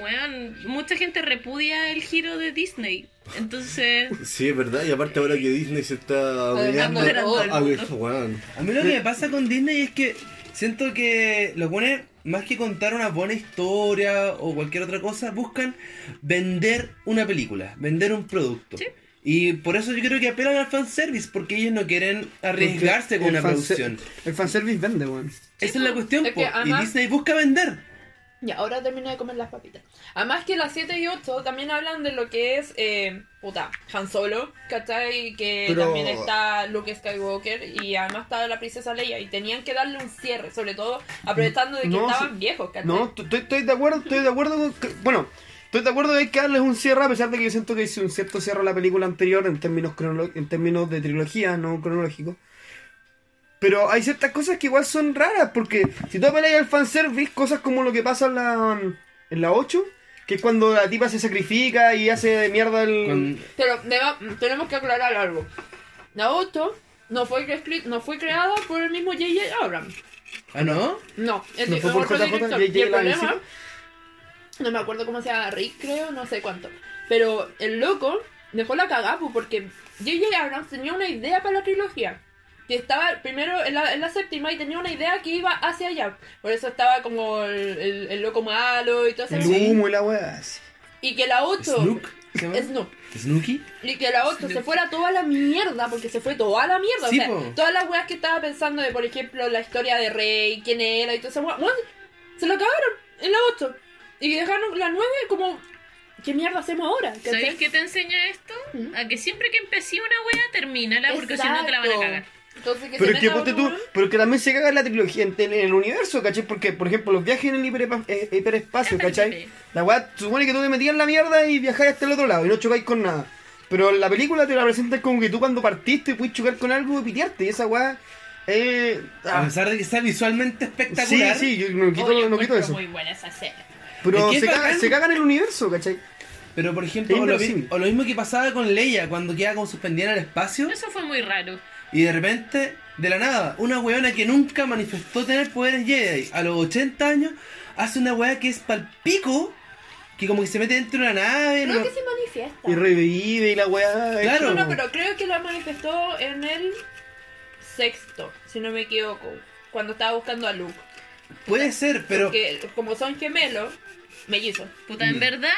S5: bueno, mucha gente repudia el giro de Disney. Entonces...
S3: Sí, es verdad. Y aparte, ahora que Disney se está
S6: Adelantando
S3: adueñando.
S5: de todo el
S3: Ah,
S5: mundo.
S3: weón.
S2: A mí lo que me pasa con Disney es que siento que los buenos, más que contar una buena historia o cualquier otra cosa, buscan vender una película, vender un producto. Y por eso yo creo que apelan al fanservice, porque ellos no quieren arriesgarse con
S4: El
S2: una
S4: fanser-
S2: producción.
S4: El fanservice vende, weón.
S2: Esa es la cuestión,
S6: pues, Es que
S2: po, y
S6: además-
S2: Disney busca vender.
S6: Y ahora termino de comer las papitas. Además que las 7 y 8 también hablan de lo que es, eh, puta, Han Solo, ¿cachai? Que
S4: Pero-
S6: también está Luke Skywalker y además está la princesa Leia. Y tenían que darle un cierre, sobre todo aprovechando de que
S4: No,
S6: estaban
S4: sí.
S6: viejos, ¿cachai?
S4: No, t- estoy, estoy de acuerdo, estoy de acuerdo con. que- bueno, estoy de acuerdo que hay que darles un cierre, a pesar de que yo siento que hice un cierto cierre a la película anterior en términos, cronolo- en términos de trilogía, no cronológico. Pero hay ciertas cosas que igual son raras, porque si tú apelas al fanservice, cosas como lo que pasa en la, en la 8, que es cuando la tipa se sacrifica y hace de mierda el.
S2: Con-
S6: Pero deba- tenemos que aclarar algo. Naoto no fue, cre- no fue creada por el mismo J.J. Abrams.
S2: ¿Ah, no?
S6: No, es
S4: ¿No
S6: de-
S4: fue por
S6: otro
S4: JJ?
S6: director.
S4: ¿J.J.
S6: Y el
S4: la
S6: problema,
S4: necesita?
S6: no me acuerdo cómo se llama, Rick creo, no sé cuánto. Pero el loco dejó la cagapu porque J.J. Abrams tenía una idea para la trilogía. Que estaba primero en la, en la séptima y tenía una idea que iba hacia allá. Por eso estaba como el, el- el loco malo y todo eso.
S4: el humo y la weá. así.
S6: Y que la 8...
S2: ¿Snook? ¿Se llama?
S6: Snoop.
S2: ¿Snooki?
S6: Y que la otra se fuera toda la mierda, porque se fue toda la mierda.
S2: Sí,
S6: o sea,
S2: po.
S6: todas las weas que estaba pensando de, por ejemplo, la historia de Rey, quién era y todo eso, se lo acabaron en la 8. Y dejaron la 9 como, ¿qué mierda hacemos ahora? ¿Cachai?
S5: ¿Sabéis qué te enseña esto?
S6: ¿Mm?
S5: A que siempre que empecé una wea, termínala, porque si no te la van a
S6: Exacto.
S5: cagar.
S6: Entonces, que
S4: Pero
S6: se
S4: es que
S6: meta
S4: ponte
S6: otro
S4: tú,
S6: weón.
S4: pero que también se caga en la trilogía en, en el universo, ¿cachai? Porque, por ejemplo, los viajes en el hiperepa- eh, hiperespacio, ¿cachai? La weá supone que tú te metías en la mierda y viajáis hasta el otro lado y no chocáis con nada. Pero en la película te la presentan como que tú cuando partiste puedes chocar con algo y pitearte, y esa weá. Eh,
S2: A
S4: ah,
S2: pesar de que está visualmente
S4: sí,
S2: espectacular.
S4: sí, yo no quito,
S5: Oye,
S4: no quito
S5: encuentro
S4: eso.
S5: Muy buena esa serie.
S4: Pero
S2: Es que es
S4: se caga,
S2: bacán.
S4: se caga en el universo, ¿cachai?
S2: Pero por ejemplo,
S4: Es
S2: o lo, mi-
S4: inverosímil.
S2: o lo mismo que pasaba con Leia cuando queda como suspendida en el espacio.
S5: Eso fue muy raro.
S2: Y de repente, de la nada, una weona que nunca manifestó tener poderes Jedi a los 80 años hace una weá que es palpico, que como que se mete dentro de una nave.
S6: Creo
S2: no-
S6: que se manifiesta.
S4: Y revive y la weá. es
S2: Claro.
S6: No,
S4: como-
S6: no, pero creo que la manifestó en el sexto, si no me equivoco, cuando estaba buscando a Luke.
S2: Puede ser, pero.
S6: Porque como son gemelos, mellizos.
S5: Puta,
S4: Mm.
S5: en verdad,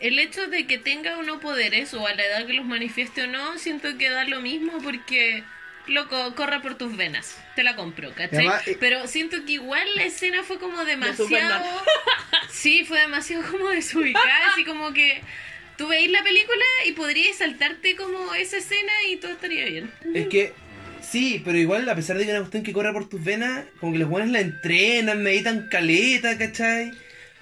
S5: el hecho de que tenga o no poderes, o a la edad que los manifieste o no, siento que da lo mismo porque, loco, corre por tus venas. Te la compro, ¿cachai?
S4: además, eh,
S5: Pero siento que igual la escena fue como
S6: Superman.
S5: demasiado. *laughs* sí, fue demasiado como desubicada, así como que. Tú veis la película y podrías saltarte como esa escena y todo estaría bien.
S2: Es que. Sí, pero igual, a pesar de que es una cuestión que corre por tus venas, como que los buenos la entrenan, meditan caleta, ¿cachai?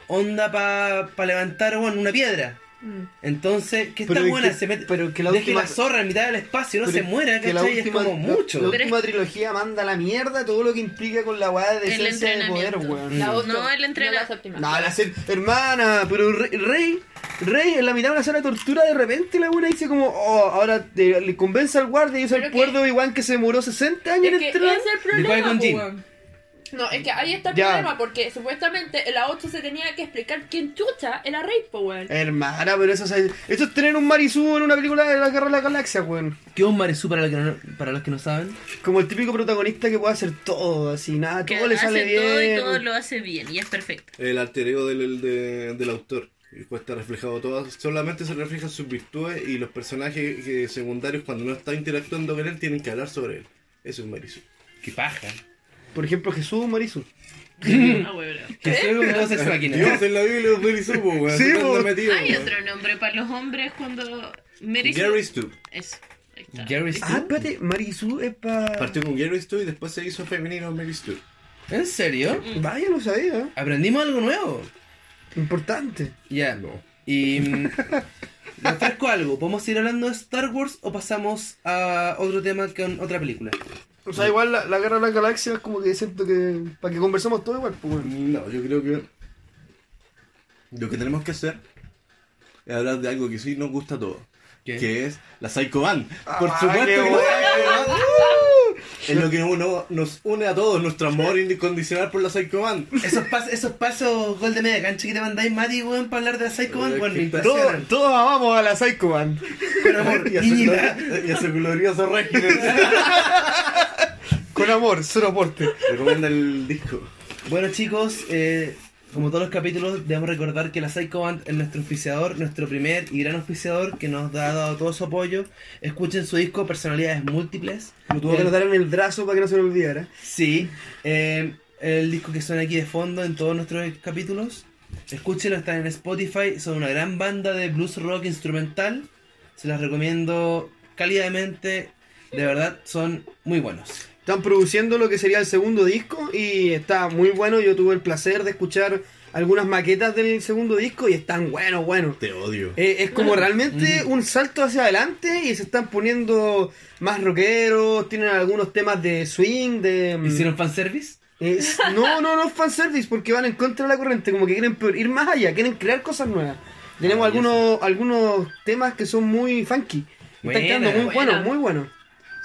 S2: Onda para pa levantar, bueno, una piedra.
S6: Mm.
S2: Entonces, que esta
S4: Pero es
S2: buena
S4: que-
S2: se mete.
S4: pero que la
S2: deje
S4: última-
S2: la zorra en mitad del espacio, no
S4: Pero
S2: se muera,
S4: que la
S2: ¿cachai?
S4: última-
S2: es como
S4: la-
S2: mucho.
S4: La,
S5: Pero es
S4: última trilogía manda a la mierda todo lo que implica con la weá de
S5: El
S4: esencia de poder,
S5: entrenamiento.
S4: weón.
S6: La
S4: Mm.
S6: otra.
S5: No, el entrenador.
S6: No, la séptima.
S4: No, la ser... Hermana, pero Re- Rey, Rey en la mitad de una sala de tortura de repente la buena dice como, oh, ahora te- le convence al guardia y es
S6: Pero
S4: el
S6: que-
S4: puerto de Obi-Wan que se demoró 60 años
S6: Es
S4: en
S6: que ese
S4: entrar.
S6: es el
S2: Igual
S6: problema,
S2: con Jim.
S6: po, weón. No, es que ahí está el
S4: Ya.
S6: problema, porque supuestamente en la 8 se tenía que explicar quién chucha era Rey, po, weón.
S4: Hermana, pero eso, o sea, eso es tener un Marisú en una película de la Guerra de la Galaxia, weón.
S2: ¿Qué es un Marisú para, los que no- para los que no saben?
S4: Como el típico protagonista que puede hacer todo, así, nada,
S5: Que
S4: todo le sale
S5: hace todo y
S4: bien.
S5: todo lo hace bien y es perfecto.
S3: El alter ego del, el de- del autor. El cual está reflejado todo. Solamente se reflejan sus virtudes y los personajes que- secundarios, cuando no están interactuando con él, tienen que hablar sobre él. Eso es Marisol.
S2: ¡Qué paja!
S4: Por ejemplo, Jesús un Marisú.
S5: *laughs* Ah, weón.
S2: Que soy un negocio es máquina.
S3: Dios en la Biblia es Marisol, po, weón.
S4: Sí,
S3: ¿Dónde
S4: po.
S3: anda metido,
S5: Hay
S3: weón?
S5: otro nombre para los hombres cuando. Mary Sue-
S3: Gary Stu.
S5: Eso. Ahí está.
S2: Jerry
S4: Ah,
S2: Stu.
S4: espérate, Marisú es para...
S3: Partió con Gary Stu y después se hizo femenino Mary Stu.
S2: ¿En serio?
S4: Vaya, no sabía. ¿eh?
S2: ¿Aprendimos algo nuevo?
S4: Importante.
S2: Ya. Y. mm, Le ofrezco algo. ¿Podemos ir hablando de Star Wars o pasamos a otro tema con otra película?
S4: O sea, igual la, la Guerra de la Galaxia es como que siento que... Para que conversemos todo igual, pues, weón.
S3: No, yo creo que lo que tenemos que hacer es hablar de algo que sí nos gusta a todos.
S2: ¿Qué?
S3: Que es la Psycho Band. Por
S4: Ah,
S3: supuesto
S4: qué
S3: que la
S4: bueno.
S3: Psycho Band es lo que uno, nos une a todos, nuestro amor incondicional por la Psycho Band.
S2: Esos, pas- esos pasos gol de media cancha que te mandáis, Mati, weón, para hablar de la Psycho Man, weón, me
S4: Todo-
S2: impresionan.
S4: todos amamos a la Psycho Man.
S2: Pero amor,
S3: *laughs* Y a su,
S2: niñita.
S3: glor- y a su glorioso régimen.
S4: Con amor, cero aporte.
S3: Recomienda el disco.
S2: Bueno, chicos, eh, como todos los capítulos, debemos recordar que la Psycho Band es nuestro auspiciador, nuestro primer y gran auspiciador que nos ha dado todo su apoyo. Escuchen su disco Personalidades Múltiples.
S4: Lo tuvo que
S2: El-
S4: notar en el brazo para que no se lo olvidara.
S2: Sí, eh, el disco que suena aquí de fondo en todos nuestros capítulos. Escúchenlo, están en Spotify. Son una gran banda de blues rock instrumental. Se las recomiendo cálidamente. De verdad, son muy buenos.
S4: Están produciendo lo que sería el segundo disco y está muy bueno. Yo tuve el placer de escuchar algunas maquetas del segundo disco y están bueno, bueno.
S3: Te odio.
S4: Eh, es como realmente un salto hacia adelante y se están poniendo más rockeros, tienen algunos temas de swing, de... mm,
S2: ¿Hicieron fanservice?
S4: Es- no, no, no es fanservice porque van en contra de la corriente, como que quieren peor- ir más allá, quieren crear cosas nuevas. Tenemos
S3: Ah, ya
S4: algunos, algunos temas que son muy funky.
S2: Buena.
S4: Están quedando muy buenos,
S6: Buena.
S4: muy buenos.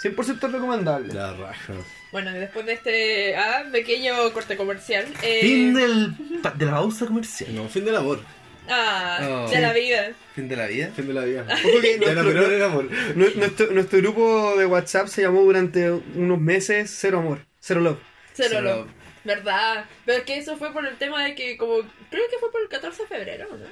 S4: 100% recomendable.
S3: La raja.
S6: Bueno, y después de este ah, pequeño corte comercial, eh,
S2: Fin del pa- de la pausa comercial.
S3: No, fin del amor.
S6: ah,
S2: Oh.
S6: de la vida.
S2: Fin de la vida.
S3: Fin de la
S4: *laughs*
S3: vida.
S4: Ojo que
S3: De la
S4: nuestro-
S3: menor el amor.
S4: Nu- Nuestro, nuestro grupo de WhatsApp se llamó durante unos meses Cero Amor, Cero Love.
S6: Se lo,
S2: Solo-
S6: ¿Verdad? Pero que eso fue por el tema de que, como, creo que fue por el 14 de febrero, ¿no?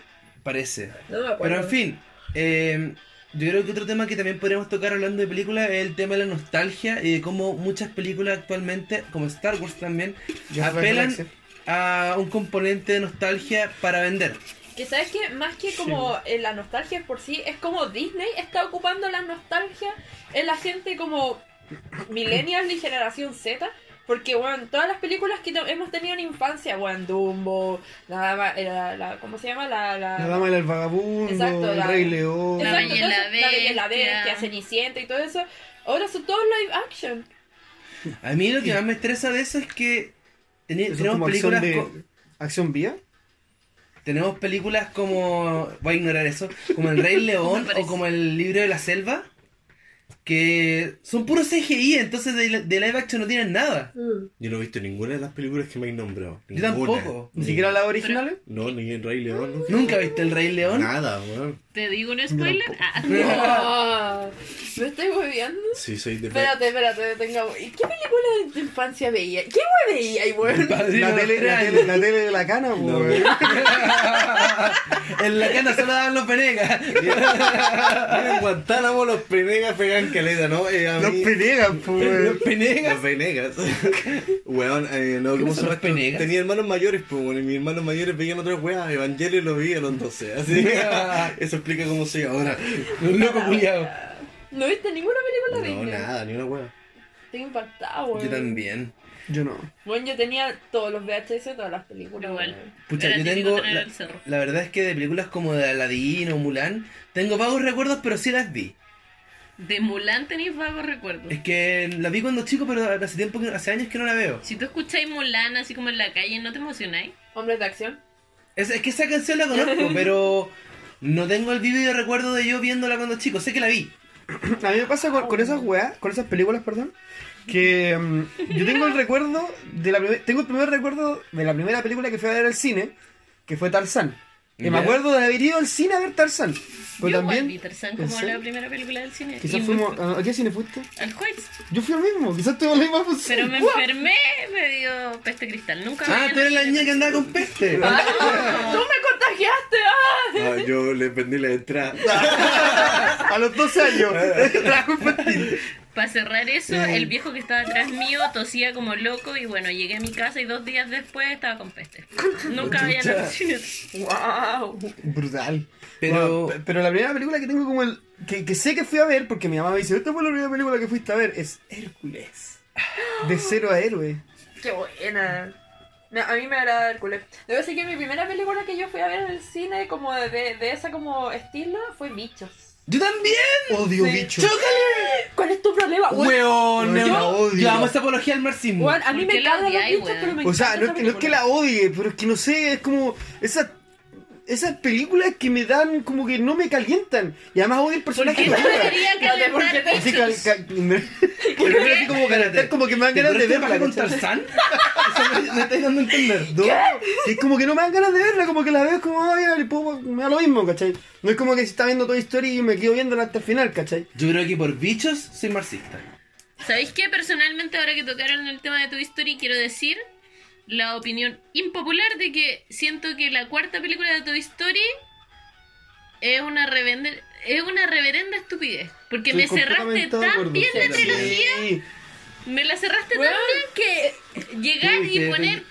S2: Parece.
S6: No me acuerdo.
S2: Pero en fin, eh, yo creo que otro tema que también podríamos tocar hablando de películas es el tema de la nostalgia y de cómo muchas películas actualmente, como Star Wars también, apelan a un componente de nostalgia para vender.
S6: Que sabes que más que como eh, la nostalgia por sí, es como Disney está ocupando la nostalgia en la gente como millennials y generación Z. Porque, bueno, todas las películas que te- hemos tenido en infancia, bueno, Dumbo, la dama, eh, la, la- ¿cómo se llama? La, la-
S4: La dama del vagabundo,
S6: Exacto,
S4: el
S6: la-
S4: Rey León.
S5: La
S6: Exacto,
S5: Bella y la
S6: entonces, la Bella y la
S5: Bestia.
S6: Bestia, Cenicienta y todo eso. Ahora son todos live action.
S2: A mí lo que más me estresa de eso es que teni-
S4: Eso es como
S2: tenemos
S4: acción
S2: películas
S4: de-
S2: co-
S4: ¿Acción vía?
S2: tenemos películas como voy a ignorar eso, como El Rey León o
S5: parece.
S2: como El Libro de la Selva que son puros CGI, entonces de, de live action no tienen nada.
S5: Mm.
S3: Yo no he visto ninguna de las películas que me han nombrado.
S2: Yo
S3: Ninguna.
S2: tampoco.
S4: ¿Ni siquiera las originales?
S3: No, ni en Rey León. nunca.
S2: ¿Nunca viste El Rey León?
S3: Nada, weón.
S5: ¿Te digo un spoiler? Ah,
S6: No, *laughs* me estoy hueveando.
S3: Sí, soy de
S6: Espérate, espérate, tengo... ¿Y qué película de tu infancia veía? ¿Qué hue veía, y bueno?
S4: La tele, la, tele, la tele de la cana, pues,
S3: No,
S4: güey.
S2: En la cana solo daban los venegas.
S3: *laughs* Mira, en Guantánamo los penegas pegan caleta, ¿no? Eh, a
S4: Los
S3: mí-
S4: penegas, pues.
S2: Los venegas.
S3: Los penegas. *laughs* Weón, eh, no, ¿cómo
S2: son
S3: son
S2: los penegas?
S3: Tenía hermanos mayores, pues, bueno, y mis hermanos mayores veían otras weas. Evangelio lo vi a los 12. Así que eso explica cómo soy ahora.
S2: *laughs* Un loco culiado.
S6: ¿No viste ninguna película de
S3: No,
S6: Disney?
S3: nada, ni una wea.
S6: Estoy impactado, weón.
S2: Yo también.
S4: Yo no.
S6: Bueno, yo tenía todos los VHS, de todas las películas.
S5: Igual.
S6: weón.
S2: Pucha,
S5: Era
S2: yo
S5: típico
S2: tengo.
S5: tener
S2: La,
S5: el cerro.
S2: la verdad es que de películas como de Aladdin o Mulan, tengo vagos recuerdos, pero sí las vi.
S5: De Mulan tenéis vagos recuerdos.
S2: Es que las vi cuando chico, pero hace tiempo, que- hace años que no la veo.
S5: Si tú escucháis Mulan así como en la calle, ¿no te emocionáis?
S6: Hombres de
S4: *laughs*
S6: acción.
S2: Es, es que esa canción la *laughs* conozco, pero no tengo el vídeo recuerdo de yo viéndola cuando chico. Sé que la vi.
S4: A mí me pasa con, con esas weas, con esas películas, perdón, que mm, yo tengo
S5: *laughs*
S4: el recuerdo de la primer- tengo el primer recuerdo de la primera película que fui a ver al cine, que fue Tarzán. Y me
S2: Ya.
S4: acuerdo de haber ido al cine a ver Tarzán. Pero
S5: Yo igual
S4: también
S5: vi Tarzán
S4: ¿en
S5: como
S4: serio?
S5: la primera película del cine.
S4: quizás
S5: Y
S4: fuimos
S5: me-
S4: ¿a a qué cine fuiste?
S5: al juez.
S4: Yo fui al mismo, quizás tuvimos la misma función.
S5: Pero me
S4: ¡Guau!
S5: enfermé, me dio peste cristal. Nunca
S2: Ah,
S5: me
S2: tú eres la niña que andaba con peste.
S4: Ah.
S6: ¡Tú me contagiaste! ¡Ah!
S3: Ah, yo le vendí la entrada.
S4: *laughs* a los 12 años. Trajo un pastel.
S5: Para cerrar eso,
S4: Eh.
S5: el viejo que estaba atrás mío tosía como loco y bueno, llegué a mi casa y dos días después estaba
S4: *laughs*
S5: con peste. Nunca había nacido.
S6: ¡Wow!
S4: Brutal.
S2: Pero-
S4: Pero, pero la primera película que tengo como el. Que, que sé que fui a ver, porque mi mamá me dice, esta fue la primera película que fuiste a ver, es Hércules. De cero a héroe.
S6: ¡Qué buena! No, a mí me agrada Hércules. Debo decir que mi primera película que yo fui a ver en el cine, como de, de, de ese como estilo, fue Bichos.
S2: ¡Yo también!
S4: Odio
S6: Sí.
S4: bicho.
S2: ¡Chócale!
S6: ¿Cuál es tu problema? Weón,
S4: Yo-
S2: ¡Weón! no.
S4: odio.
S2: Yo amo esa apología al marxismo.
S6: Weón, a mí
S5: ¿Por
S6: me
S5: qué la
S6: cagan los
S5: odiáis,
S6: bichos,
S5: weón?
S6: pero me
S4: O sea,
S6: encanta
S4: no es,
S6: esa
S4: que, no es que
S6: película.
S4: la odie, pero es que no sé, es como. Esa, esas películas que me dan como que no me calientan. Y además odio el
S5: ¿Por
S4: personaje
S5: qué
S4: que
S5: no
S6: *laughs*
S4: juega.
S5: debería
S6: No sé por qué
S5: calentar
S6: te-
S4: Así que,
S5: bichos?
S4: cal- me- me así como calentar, como que me dan
S2: ¿Te
S4: ganas de
S2: acuerdas que
S4: verla.
S2: bajé con
S4: ¿cachai? *laughs*
S2: Tarzán? Eso me, me estáis dando a entender.
S4: No, es como que no me dan ganas de verla, como que la veo como, ay, vale, puedo- me da lo mismo, ¿cachai? No es como que si está viendo toda historia y me quedo viéndola hasta el final, ¿cachai?
S2: Yo creo que por bichos soy marxista.
S5: ¿Sabéis qué? Personalmente, ahora que tocaron el tema de tu historia, quiero decir la opinión impopular de que siento que la cuarta película de tu historia es una revende- es una reverenda estupidez. Porque me
S4: Estoy
S5: cerraste
S4: completamente de acuerdo,
S5: tan bien la
S2: sí,
S5: trilogía.
S4: Sí.
S5: Me la cerraste
S6: Weón.
S5: tan bien que llegar
S2: Uy, qué
S5: y poner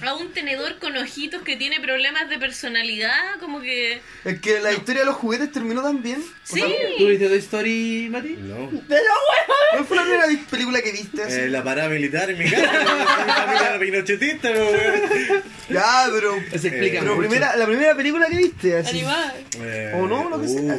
S5: a un tenedor con ojitos que tiene problemas de personalidad, como que.
S4: Es que la historia de los juguetes terminó tan bien.
S5: Sí,
S2: ¿Tú viste Toy Story, Mati?
S3: No.
S4: ¿Cuál fue la primera película que viste? así?
S3: Eh, la parada militar en mi casa. mi familia
S4: *laughs*
S3: era pinochetista, weón.
S4: Ya, pero...
S2: Se explica
S4: Pero
S2: mucho.
S4: primera, la primera película que viste, así.
S5: ah,
S6: Animada.
S3: Eh,
S4: O no, lo que sea.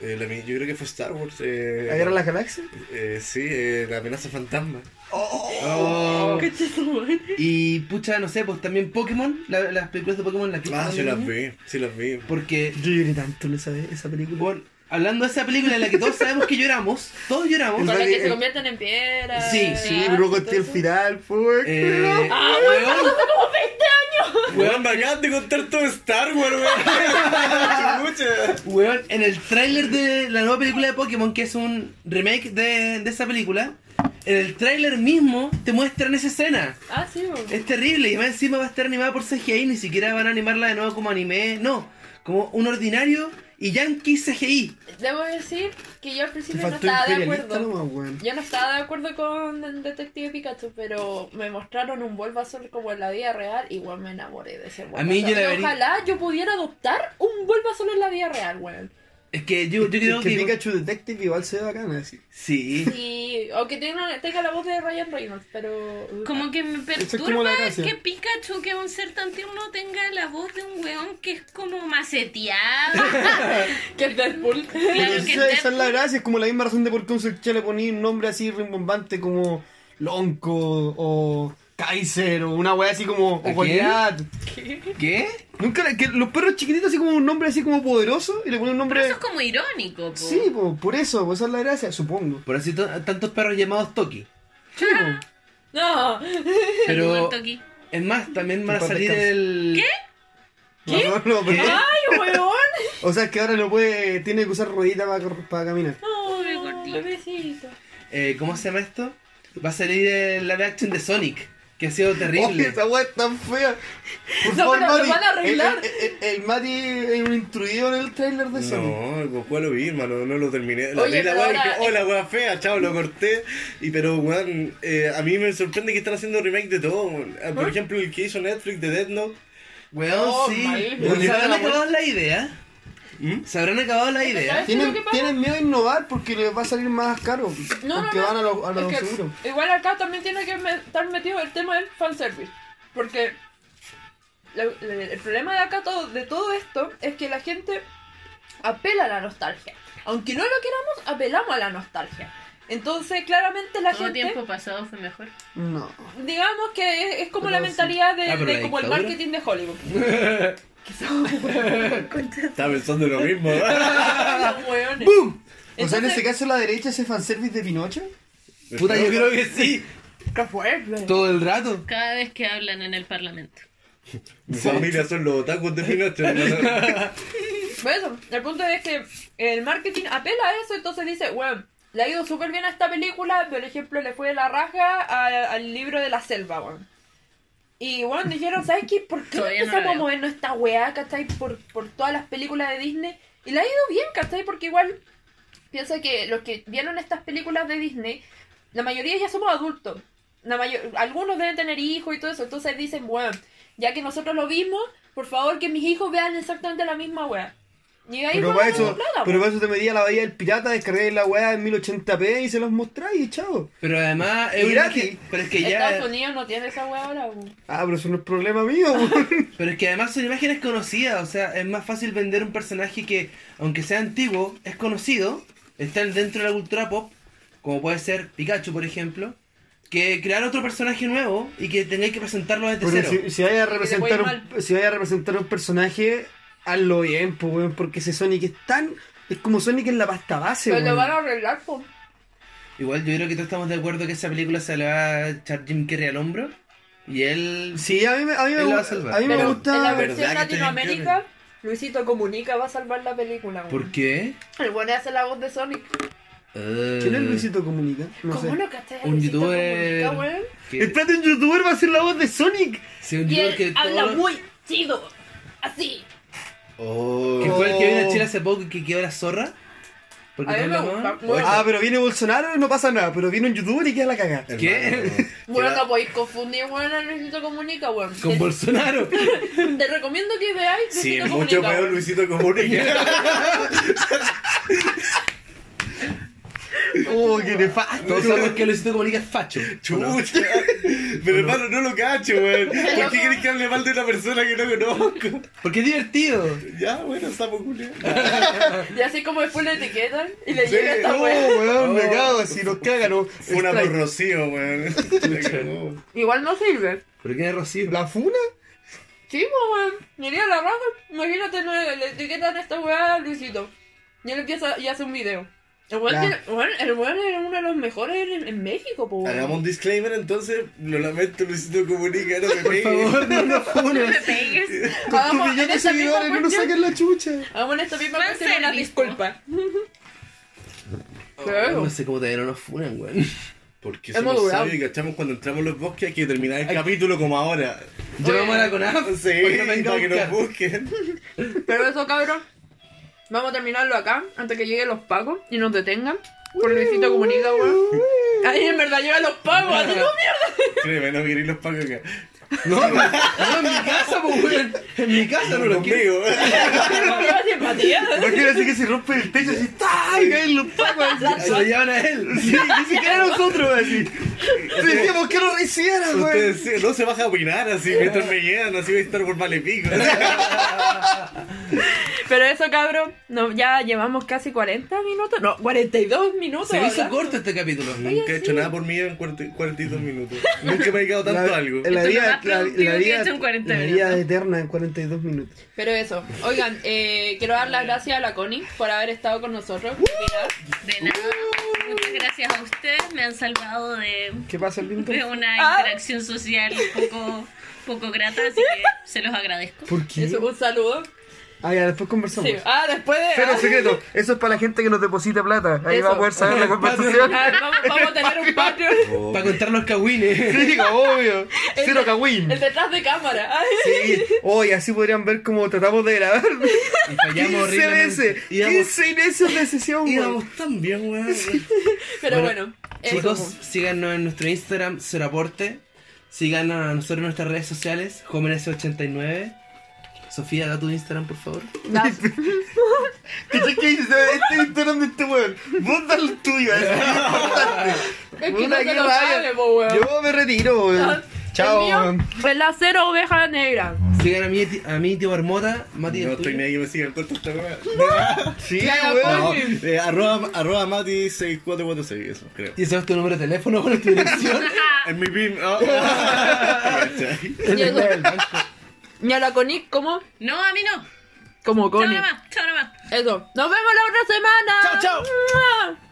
S3: eh, la mi- yo creo que fue Star Wars. Eh,
S4: ¿La Guerra de las Galaxias?
S3: eh, sí, eh, la amenaza fantasma.
S2: Oh.
S6: Qué chido, weón.
S2: Y pucha, no sé, pues también Pokémon, la- las películas de Pokémon las que
S3: Ah,
S2: estaban
S3: sí
S2: de
S3: las
S2: niño.
S3: vi, sí las
S4: *laughs*
S3: vi.
S2: Porque,
S4: Yo lloré tanto en esa, esa película.
S2: bueno, hablando de esa película en la que todos sabemos que lloramos, todos lloramos.
S6: Con la
S4: Entonces,
S6: que se
S4: eh,
S6: convierten en piedra.
S2: sí, sí,
S4: Sí,
S6: ah,
S4: pero luego está el
S6: entonces-
S4: final, fue...
S2: Eh,
S6: Ah,
S2: weón,
S3: Weón, me acabas de contar todo Star Wars, weón.
S4: *laughs*
S3: Chucha.
S2: weón, en el tráiler de la nueva película de Pokémon, que es un remake de, de esa película, en el tráiler mismo te muestran esa escena.
S6: Ah, sí,
S4: Eh,
S6: weón.
S2: Es terrible, y más encima va a estar animada por CGI, ni siquiera van a animarla de nuevo como anime, no, como un ordinario y Yankee CGI.
S6: Debo decir que yo al
S4: Te
S6: principio no
S4: faltó
S6: estaba de
S4: imperialista
S6: acuerdo.
S4: nomás, weón.
S6: Yo no estaba de acuerdo con Detective Pikachu, pero me mostraron un Bulbasaur como en la vida real. Igual me enamoré de ese Bulbasaur.
S2: mí yo le
S6: Y
S2: vería-
S6: Ojalá yo pudiera adoptar un Bulbasaur en la vida real, weón.
S2: Es que yo, yo creo
S4: Es que
S2: que...
S4: Pikachu Detective igual se ve bacana, así.
S2: Sí.
S6: Y aunque tenga, tenga la voz de Ryan Reynolds, pero...
S5: como que me
S4: es como la
S5: perturba
S4: gracia.
S5: que Pikachu, que es un ser tan tierno, tenga la voz de un weón que es
S4: *laughs*
S5: como maceteado.
S6: Que es Deadpool. *laughs*
S5: Claro
S4: Pero
S5: que
S4: esa,
S5: es
S4: esa es la gracia, es como la misma razón de por qué a un Surchea le ponía un nombre así rimbombante como Lonco o Kaiser o una wea así como
S2: quién?
S4: o Goliath.
S2: ¿Qué?
S4: Nunca le- que los perros chiquititos así como un nombre así como poderoso y le ponen un nombre
S5: Pero eso es como irónico, po.
S4: Sí, po, por eso, po, esa es la gracia, supongo.
S2: Por así to- tantos perros llamados Toki.
S4: Sí, po.
S6: No.
S2: Pero
S5: Saludos, Toki.
S2: es más, también va a
S4: Que en paz
S2: salir
S4: descanse.
S2: el...
S4: No, no, no, perdón.
S6: ¡Ay, weón!
S4: O sea, es que ahora no puede tiene que usar ruedita para caminar.
S5: Pobre
S6: No,
S5: gordito.
S6: bebecito.
S2: eh, ¿Cómo se llama esto? Va a salir el live action de Sonic, que ha sido
S4: Oye,
S2: terrible.
S4: Oh, esa wea es tan fea. Por
S6: *laughs* No,
S4: favor,
S6: pero lo
S4: Mati,
S6: van a
S4: el-
S6: arreglar.
S4: El, el- el Mati es un intruido en el trailer de Sonic.
S3: No, con cuál lo vi, hermano, no lo terminé. La
S6: Oye,
S3: vi la
S6: pero
S3: weá y dije,
S6: ahora-
S3: oh, la weá fea, chao, lo corté. Y pero, weón, eh, a mí me sorprende que están haciendo remake de todo. weón. Ah, Por ejemplo, el que hizo Netflix de Death Note.
S2: Weón,
S6: Oh,
S2: sí.
S6: my
S2: ¿Sabes
S4: God.
S2: dónde cagaron la idea? ¿Mm? ¿Se habrán acabado las ideas?
S6: ¿sabes?
S4: Tienen,
S6: lo que pasa?
S4: tienen miedo a innovar porque les va a salir más caro.
S6: No,
S4: porque
S6: no, no.
S4: van a los a lo
S6: Es que
S4: seguro.
S6: Igual acá también tiene que me- estar metido el tema del fanservice. Porque la- la- el problema de acá todo, de todo esto es que la gente apela a la nostalgia. Aunque no lo queramos, apelamos a la nostalgia. Entonces, claramente la
S5: Todo
S6: gente,
S5: tiempo pasado fue mejor.
S4: No.
S6: digamos que es, es como
S4: Pero
S6: la
S4: sí.
S6: mentalidad de,
S2: Ah, pero
S6: de
S2: la
S6: como el
S2: dictadura.
S6: marketing de Hollywood. *laughs*
S4: *laughs*
S3: Estaba pensando lo mismo.
S6: Los hueones.
S4: o sea, en
S6: Entonces-
S4: este caso la derecha hace fanservice de Pinocho.
S2: *laughs* Puta, yo creo que sí.
S6: ¡Qué fuerte!
S2: Todo el rato.
S5: Cada vez que hablan en el Parlamento.
S3: Mi familia son los otakus de Pinocho.
S6: Por eso, el punto es que el marketing apela a eso, entonces dice, weón, le ha ido súper bien a esta película, por ejemplo, le fue la raja a- al libro de la selva, weón. Y bueno, dijeron, ¿sabes qué? ¿Por qué no
S5: Todavía no la
S6: empezamos a
S5: veo.
S6: movernos esta weá, cachai? Por, por todas las películas de Disney. Y le ha ido bien, cachai, porque igual piensa que los que vieron estas películas de Disney, la mayoría ya somos adultos. La mayo- algunos deben tener hijos y todo eso, entonces dicen, bueno, ya que nosotros lo vimos, por favor que mis hijos vean exactamente la misma weá. Y ahí
S4: Pero
S6: van
S4: para,
S6: ganando
S4: eso,
S6: plata,
S4: pero
S6: po.
S4: para eso te metí a la bahía del pirata, descargué la weá en 1080p y se los mostráis, y chao.
S2: Pero además es
S4: Y
S2: una
S4: gratis.
S2: imagen- Pero es que
S6: Estados
S2: ya.
S6: Unidos no tiene esa weá ahora, po.
S4: Ah, pero eso no es problema mío, weón.
S2: Pero es que además son imágenes conocidas. O sea, es más fácil vender un personaje que, aunque sea antiguo, es conocido. Está dentro de la cultura pop. Como puede ser Pikachu, por ejemplo. Que crear otro personaje nuevo y que tengáis que presentarlo desde
S4: Pero
S2: cero.
S4: si, si vaya a representar
S6: puede ir
S4: un, si vaya a representar un personaje, hazlo bien, po, weón, porque ese Sonic es tan. Es como Sonic en la pasta base,
S6: Pero lo
S4: weón.
S6: van a arreglar, po.
S2: Igual yo creo que todos estamos de acuerdo que esa película se le va a echar Jim Carrey al hombro. Y él...
S4: Sí, a mí, me- a mí, me,
S2: Él la va a
S4: gu-
S2: salvar.
S4: a mí me
S6: Pero en la
S4: gusta.
S3: verdad
S6: versión
S3: que tienen
S6: Latinoamérica, Luisito Comunica va a salvar la película, weón.
S2: ¿Por qué? Ah,
S6: El weón hace la voz de Sonic.
S4: ¿Quién es Luisito Comunica? No
S6: ¿Cómo
S4: sé.
S6: no cachai a
S2: Un
S6: Luisito
S2: youtuber.
S6: Comunica, weón?
S2: Que-
S4: Espérate, un youtuber va a ser la voz de Sonic.
S2: sí, un
S6: Y
S2: youtuber
S6: él
S2: que
S6: habla
S2: todo-
S6: muy chido. Así.
S3: Oh.
S2: Que fue el que vino a Chile hace poco y que quedó la zorra. Porque
S6: A mí
S2: no
S6: me
S2: habla
S6: gusta.
S2: más.
S6: Bueno,
S4: Ah, pero viene Bolsonaro y no pasa nada, pero viene un youtuber y queda la cagada.
S2: ¿Qué?
S6: bueno, no podéis confundir, weón, a Luisito Comunica, weón.
S2: Con
S6: Te-
S2: Bolsonaro.
S6: *laughs* Te recomiendo que veáis Luisito
S3: Sí, es
S6: Comunica.
S3: mucho peor Luisito
S2: *laughs*
S3: Comunica.
S4: Oh, qué nefasto.
S2: Todos sabemos que Luisito Comunica es facho.
S3: Chucha. Pero hermano, no lo cacho, weón. ¿Por qué querés que hable mal de una persona que no conozco?
S2: Porque es divertido.
S3: Ya, bueno, estamos culiados.
S2: Ah,
S6: Y así como después lo etiquetan y le
S3: Sí,
S6: llega esta
S4: No,
S6: weá.
S4: weón, me
S2: Oh.
S4: cago, si nos cagan. no.
S3: Fue una por
S4: Strike.
S3: Rocío, weón. La cagó.
S6: Igual no sirve.
S2: ¿Por qué es Rocío?
S4: ¿La funa?
S6: Sí, po, weón. Iría a la raja. Imagínate, no, le etiquetan a esta weá a Luisito. Y él empieza y hace un video. El weón,
S4: Ya.
S6: tiene- weón, el weón era uno de los mejores en, en México, pues, po. weón.
S3: *laughs* Hagamos un disclaimer entonces. Lo lamento, Luisito Comunica, no me
S2: Por
S3: pegues.
S2: favor, no nos
S5: No me
S2: funes.
S5: pegues.
S4: Con tu
S6: Hagamos
S4: millón
S6: en
S4: de
S6: esta misma
S4: seguidores no nos
S6: cuestión-
S4: saquen la chucha.
S6: *laughs* Hagamos en esta misma
S5: Fan
S6: cuestión una
S5: service,
S6: disculpa. Claro.
S2: No sé cómo todavía no nos funan, weón.
S3: Porque
S6: Hemos
S3: somos
S6: durado.
S3: sabios y cachamos cuando entramos a los bosques hay que terminar el capítulo como ahora.
S2: Llamamos a la CONAF.
S3: Sí,
S2: para que no venga a
S3: para que nos
S2: buscar.
S3: busquen.
S6: Pero eso, cabrón, vamos a terminarlo acá antes que lleguen los pagos y nos detengan. Por Luisito Comunica, weón. Ay, en verdad llegan los pagos, así no mierda.
S3: *laughs* Créeme, no queréis los pagos acá.
S2: No, weón. no, en mi casa, pues, weón. En mi casa no lo
S3: *laughs*
S2: quiero.
S3: Conmigo.
S6: Pero había simpatía.
S4: Imagínate que se rompe el techo así, ¡tá! Y caen los pacos
S2: Se lo llevan a él.
S4: Sí, ni siquiera nosotros, *laughs* así. Te decíamos que lo hicieras, güey.
S3: Ustedes, sí, no se baja a opinar así mientras me llegan, así voy a estar por *laughs* malepico.
S6: Pero eso, cabrón, no, ya llevamos casi 40 minutos. No, 42 minutos.
S2: Se me hizo
S6: hablando.
S2: corto este capítulo.
S3: Nunca he hecho nada por mí en 40 42 minutos. Nunca me ha llegado tanto algo.
S4: La
S5: Esto es lo
S4: vida,
S5: más
S4: la,
S5: productivo
S4: la
S5: que he
S4: vida,
S5: hecho en 40
S4: la vida
S5: minutos.
S4: eterna en 42 minutos.
S6: Pero eso, oigan, eh, quiero dar las gracias a la Connie por haber estado con nosotros.
S5: De nada.
S4: *laughs*
S5: Muchas gracias a ustedes. Me han salvado de,
S4: ¿Qué pasa, lindo? *laughs*
S5: de una
S6: Ah.
S5: interacción social poco, poco grata, así que se
S4: *laughs*
S5: los agradezco.
S4: ¿Por
S6: Eso,
S4: qué?
S6: un saludo.
S4: Ah, ya, después conversamos.
S6: Sí. Ah, después de.
S4: Pero
S6: ah,
S4: secreto, eso es para la gente que nos deposita plata. Ahí
S6: Eso.
S4: va a
S6: *laughs*
S4: poder saber la conversación.
S6: ah, vamos, vamos a tener un Patreon.
S2: Para contar los
S4: *laughs*
S2: cagüines.
S4: *laughs* Sí, obvio. Cero cagüín.
S6: El detrás de cámara. Ay.
S4: Sí, hoy así podrían ver cómo tratamos de
S6: *laughs*
S4: grabar.
S2: Y fallamos
S4: 15
S2: horriblemente.
S4: veces,
S2: Íbamos,
S4: 15 veces de sesión. güey.
S2: íbamos tan bien, weón.
S6: Pero
S2: Bueno,
S6: bueno,
S2: Chicos,
S6: eso.
S2: síganos en nuestro Instagram, Seraporte. Síganos a nosotros en nuestras redes sociales, Jóvenes89. Sofía, da tu Instagram, por favor.
S6: Das-
S4: ¿Cachai que dices? Este Instagram de este weón. Vos dale el
S6: *laughs*
S4: tuyo. Es muy importante.
S6: Es que
S4: Puta,
S6: no
S4: qué
S6: se lo
S4: rabia.
S6: sabe, po, weón.
S4: Yo me retiro, weón. Chao,
S6: El
S4: weón.
S6: mío es la cero oveja negra.
S2: Sigan a mi, a mi tío Marmota, Mati.
S3: No
S2: el
S3: estoy
S2: tuyo.
S3: ni ahí que me sigan corto esta weá.
S4: Sí,
S6: Claro,
S4: weón.
S3: No, eh, arroba, arroba Mati 6446, eso *laughs* creo.
S2: ¿Y sabes tu número de teléfono? *laughs* ¿Cuál es tu dirección?
S3: En mi pin. *laughs* ah, ah. ¿Cachai?
S2: Es la clave del banco.
S6: Y a la Conic, ¿cómo?
S5: No, a mí no.
S6: Como
S5: Chao
S6: Conic.
S5: nomás, chao nomás.
S6: Eso. Nos vemos la otra semana.
S2: Chao, chao.
S6: ¡Mua!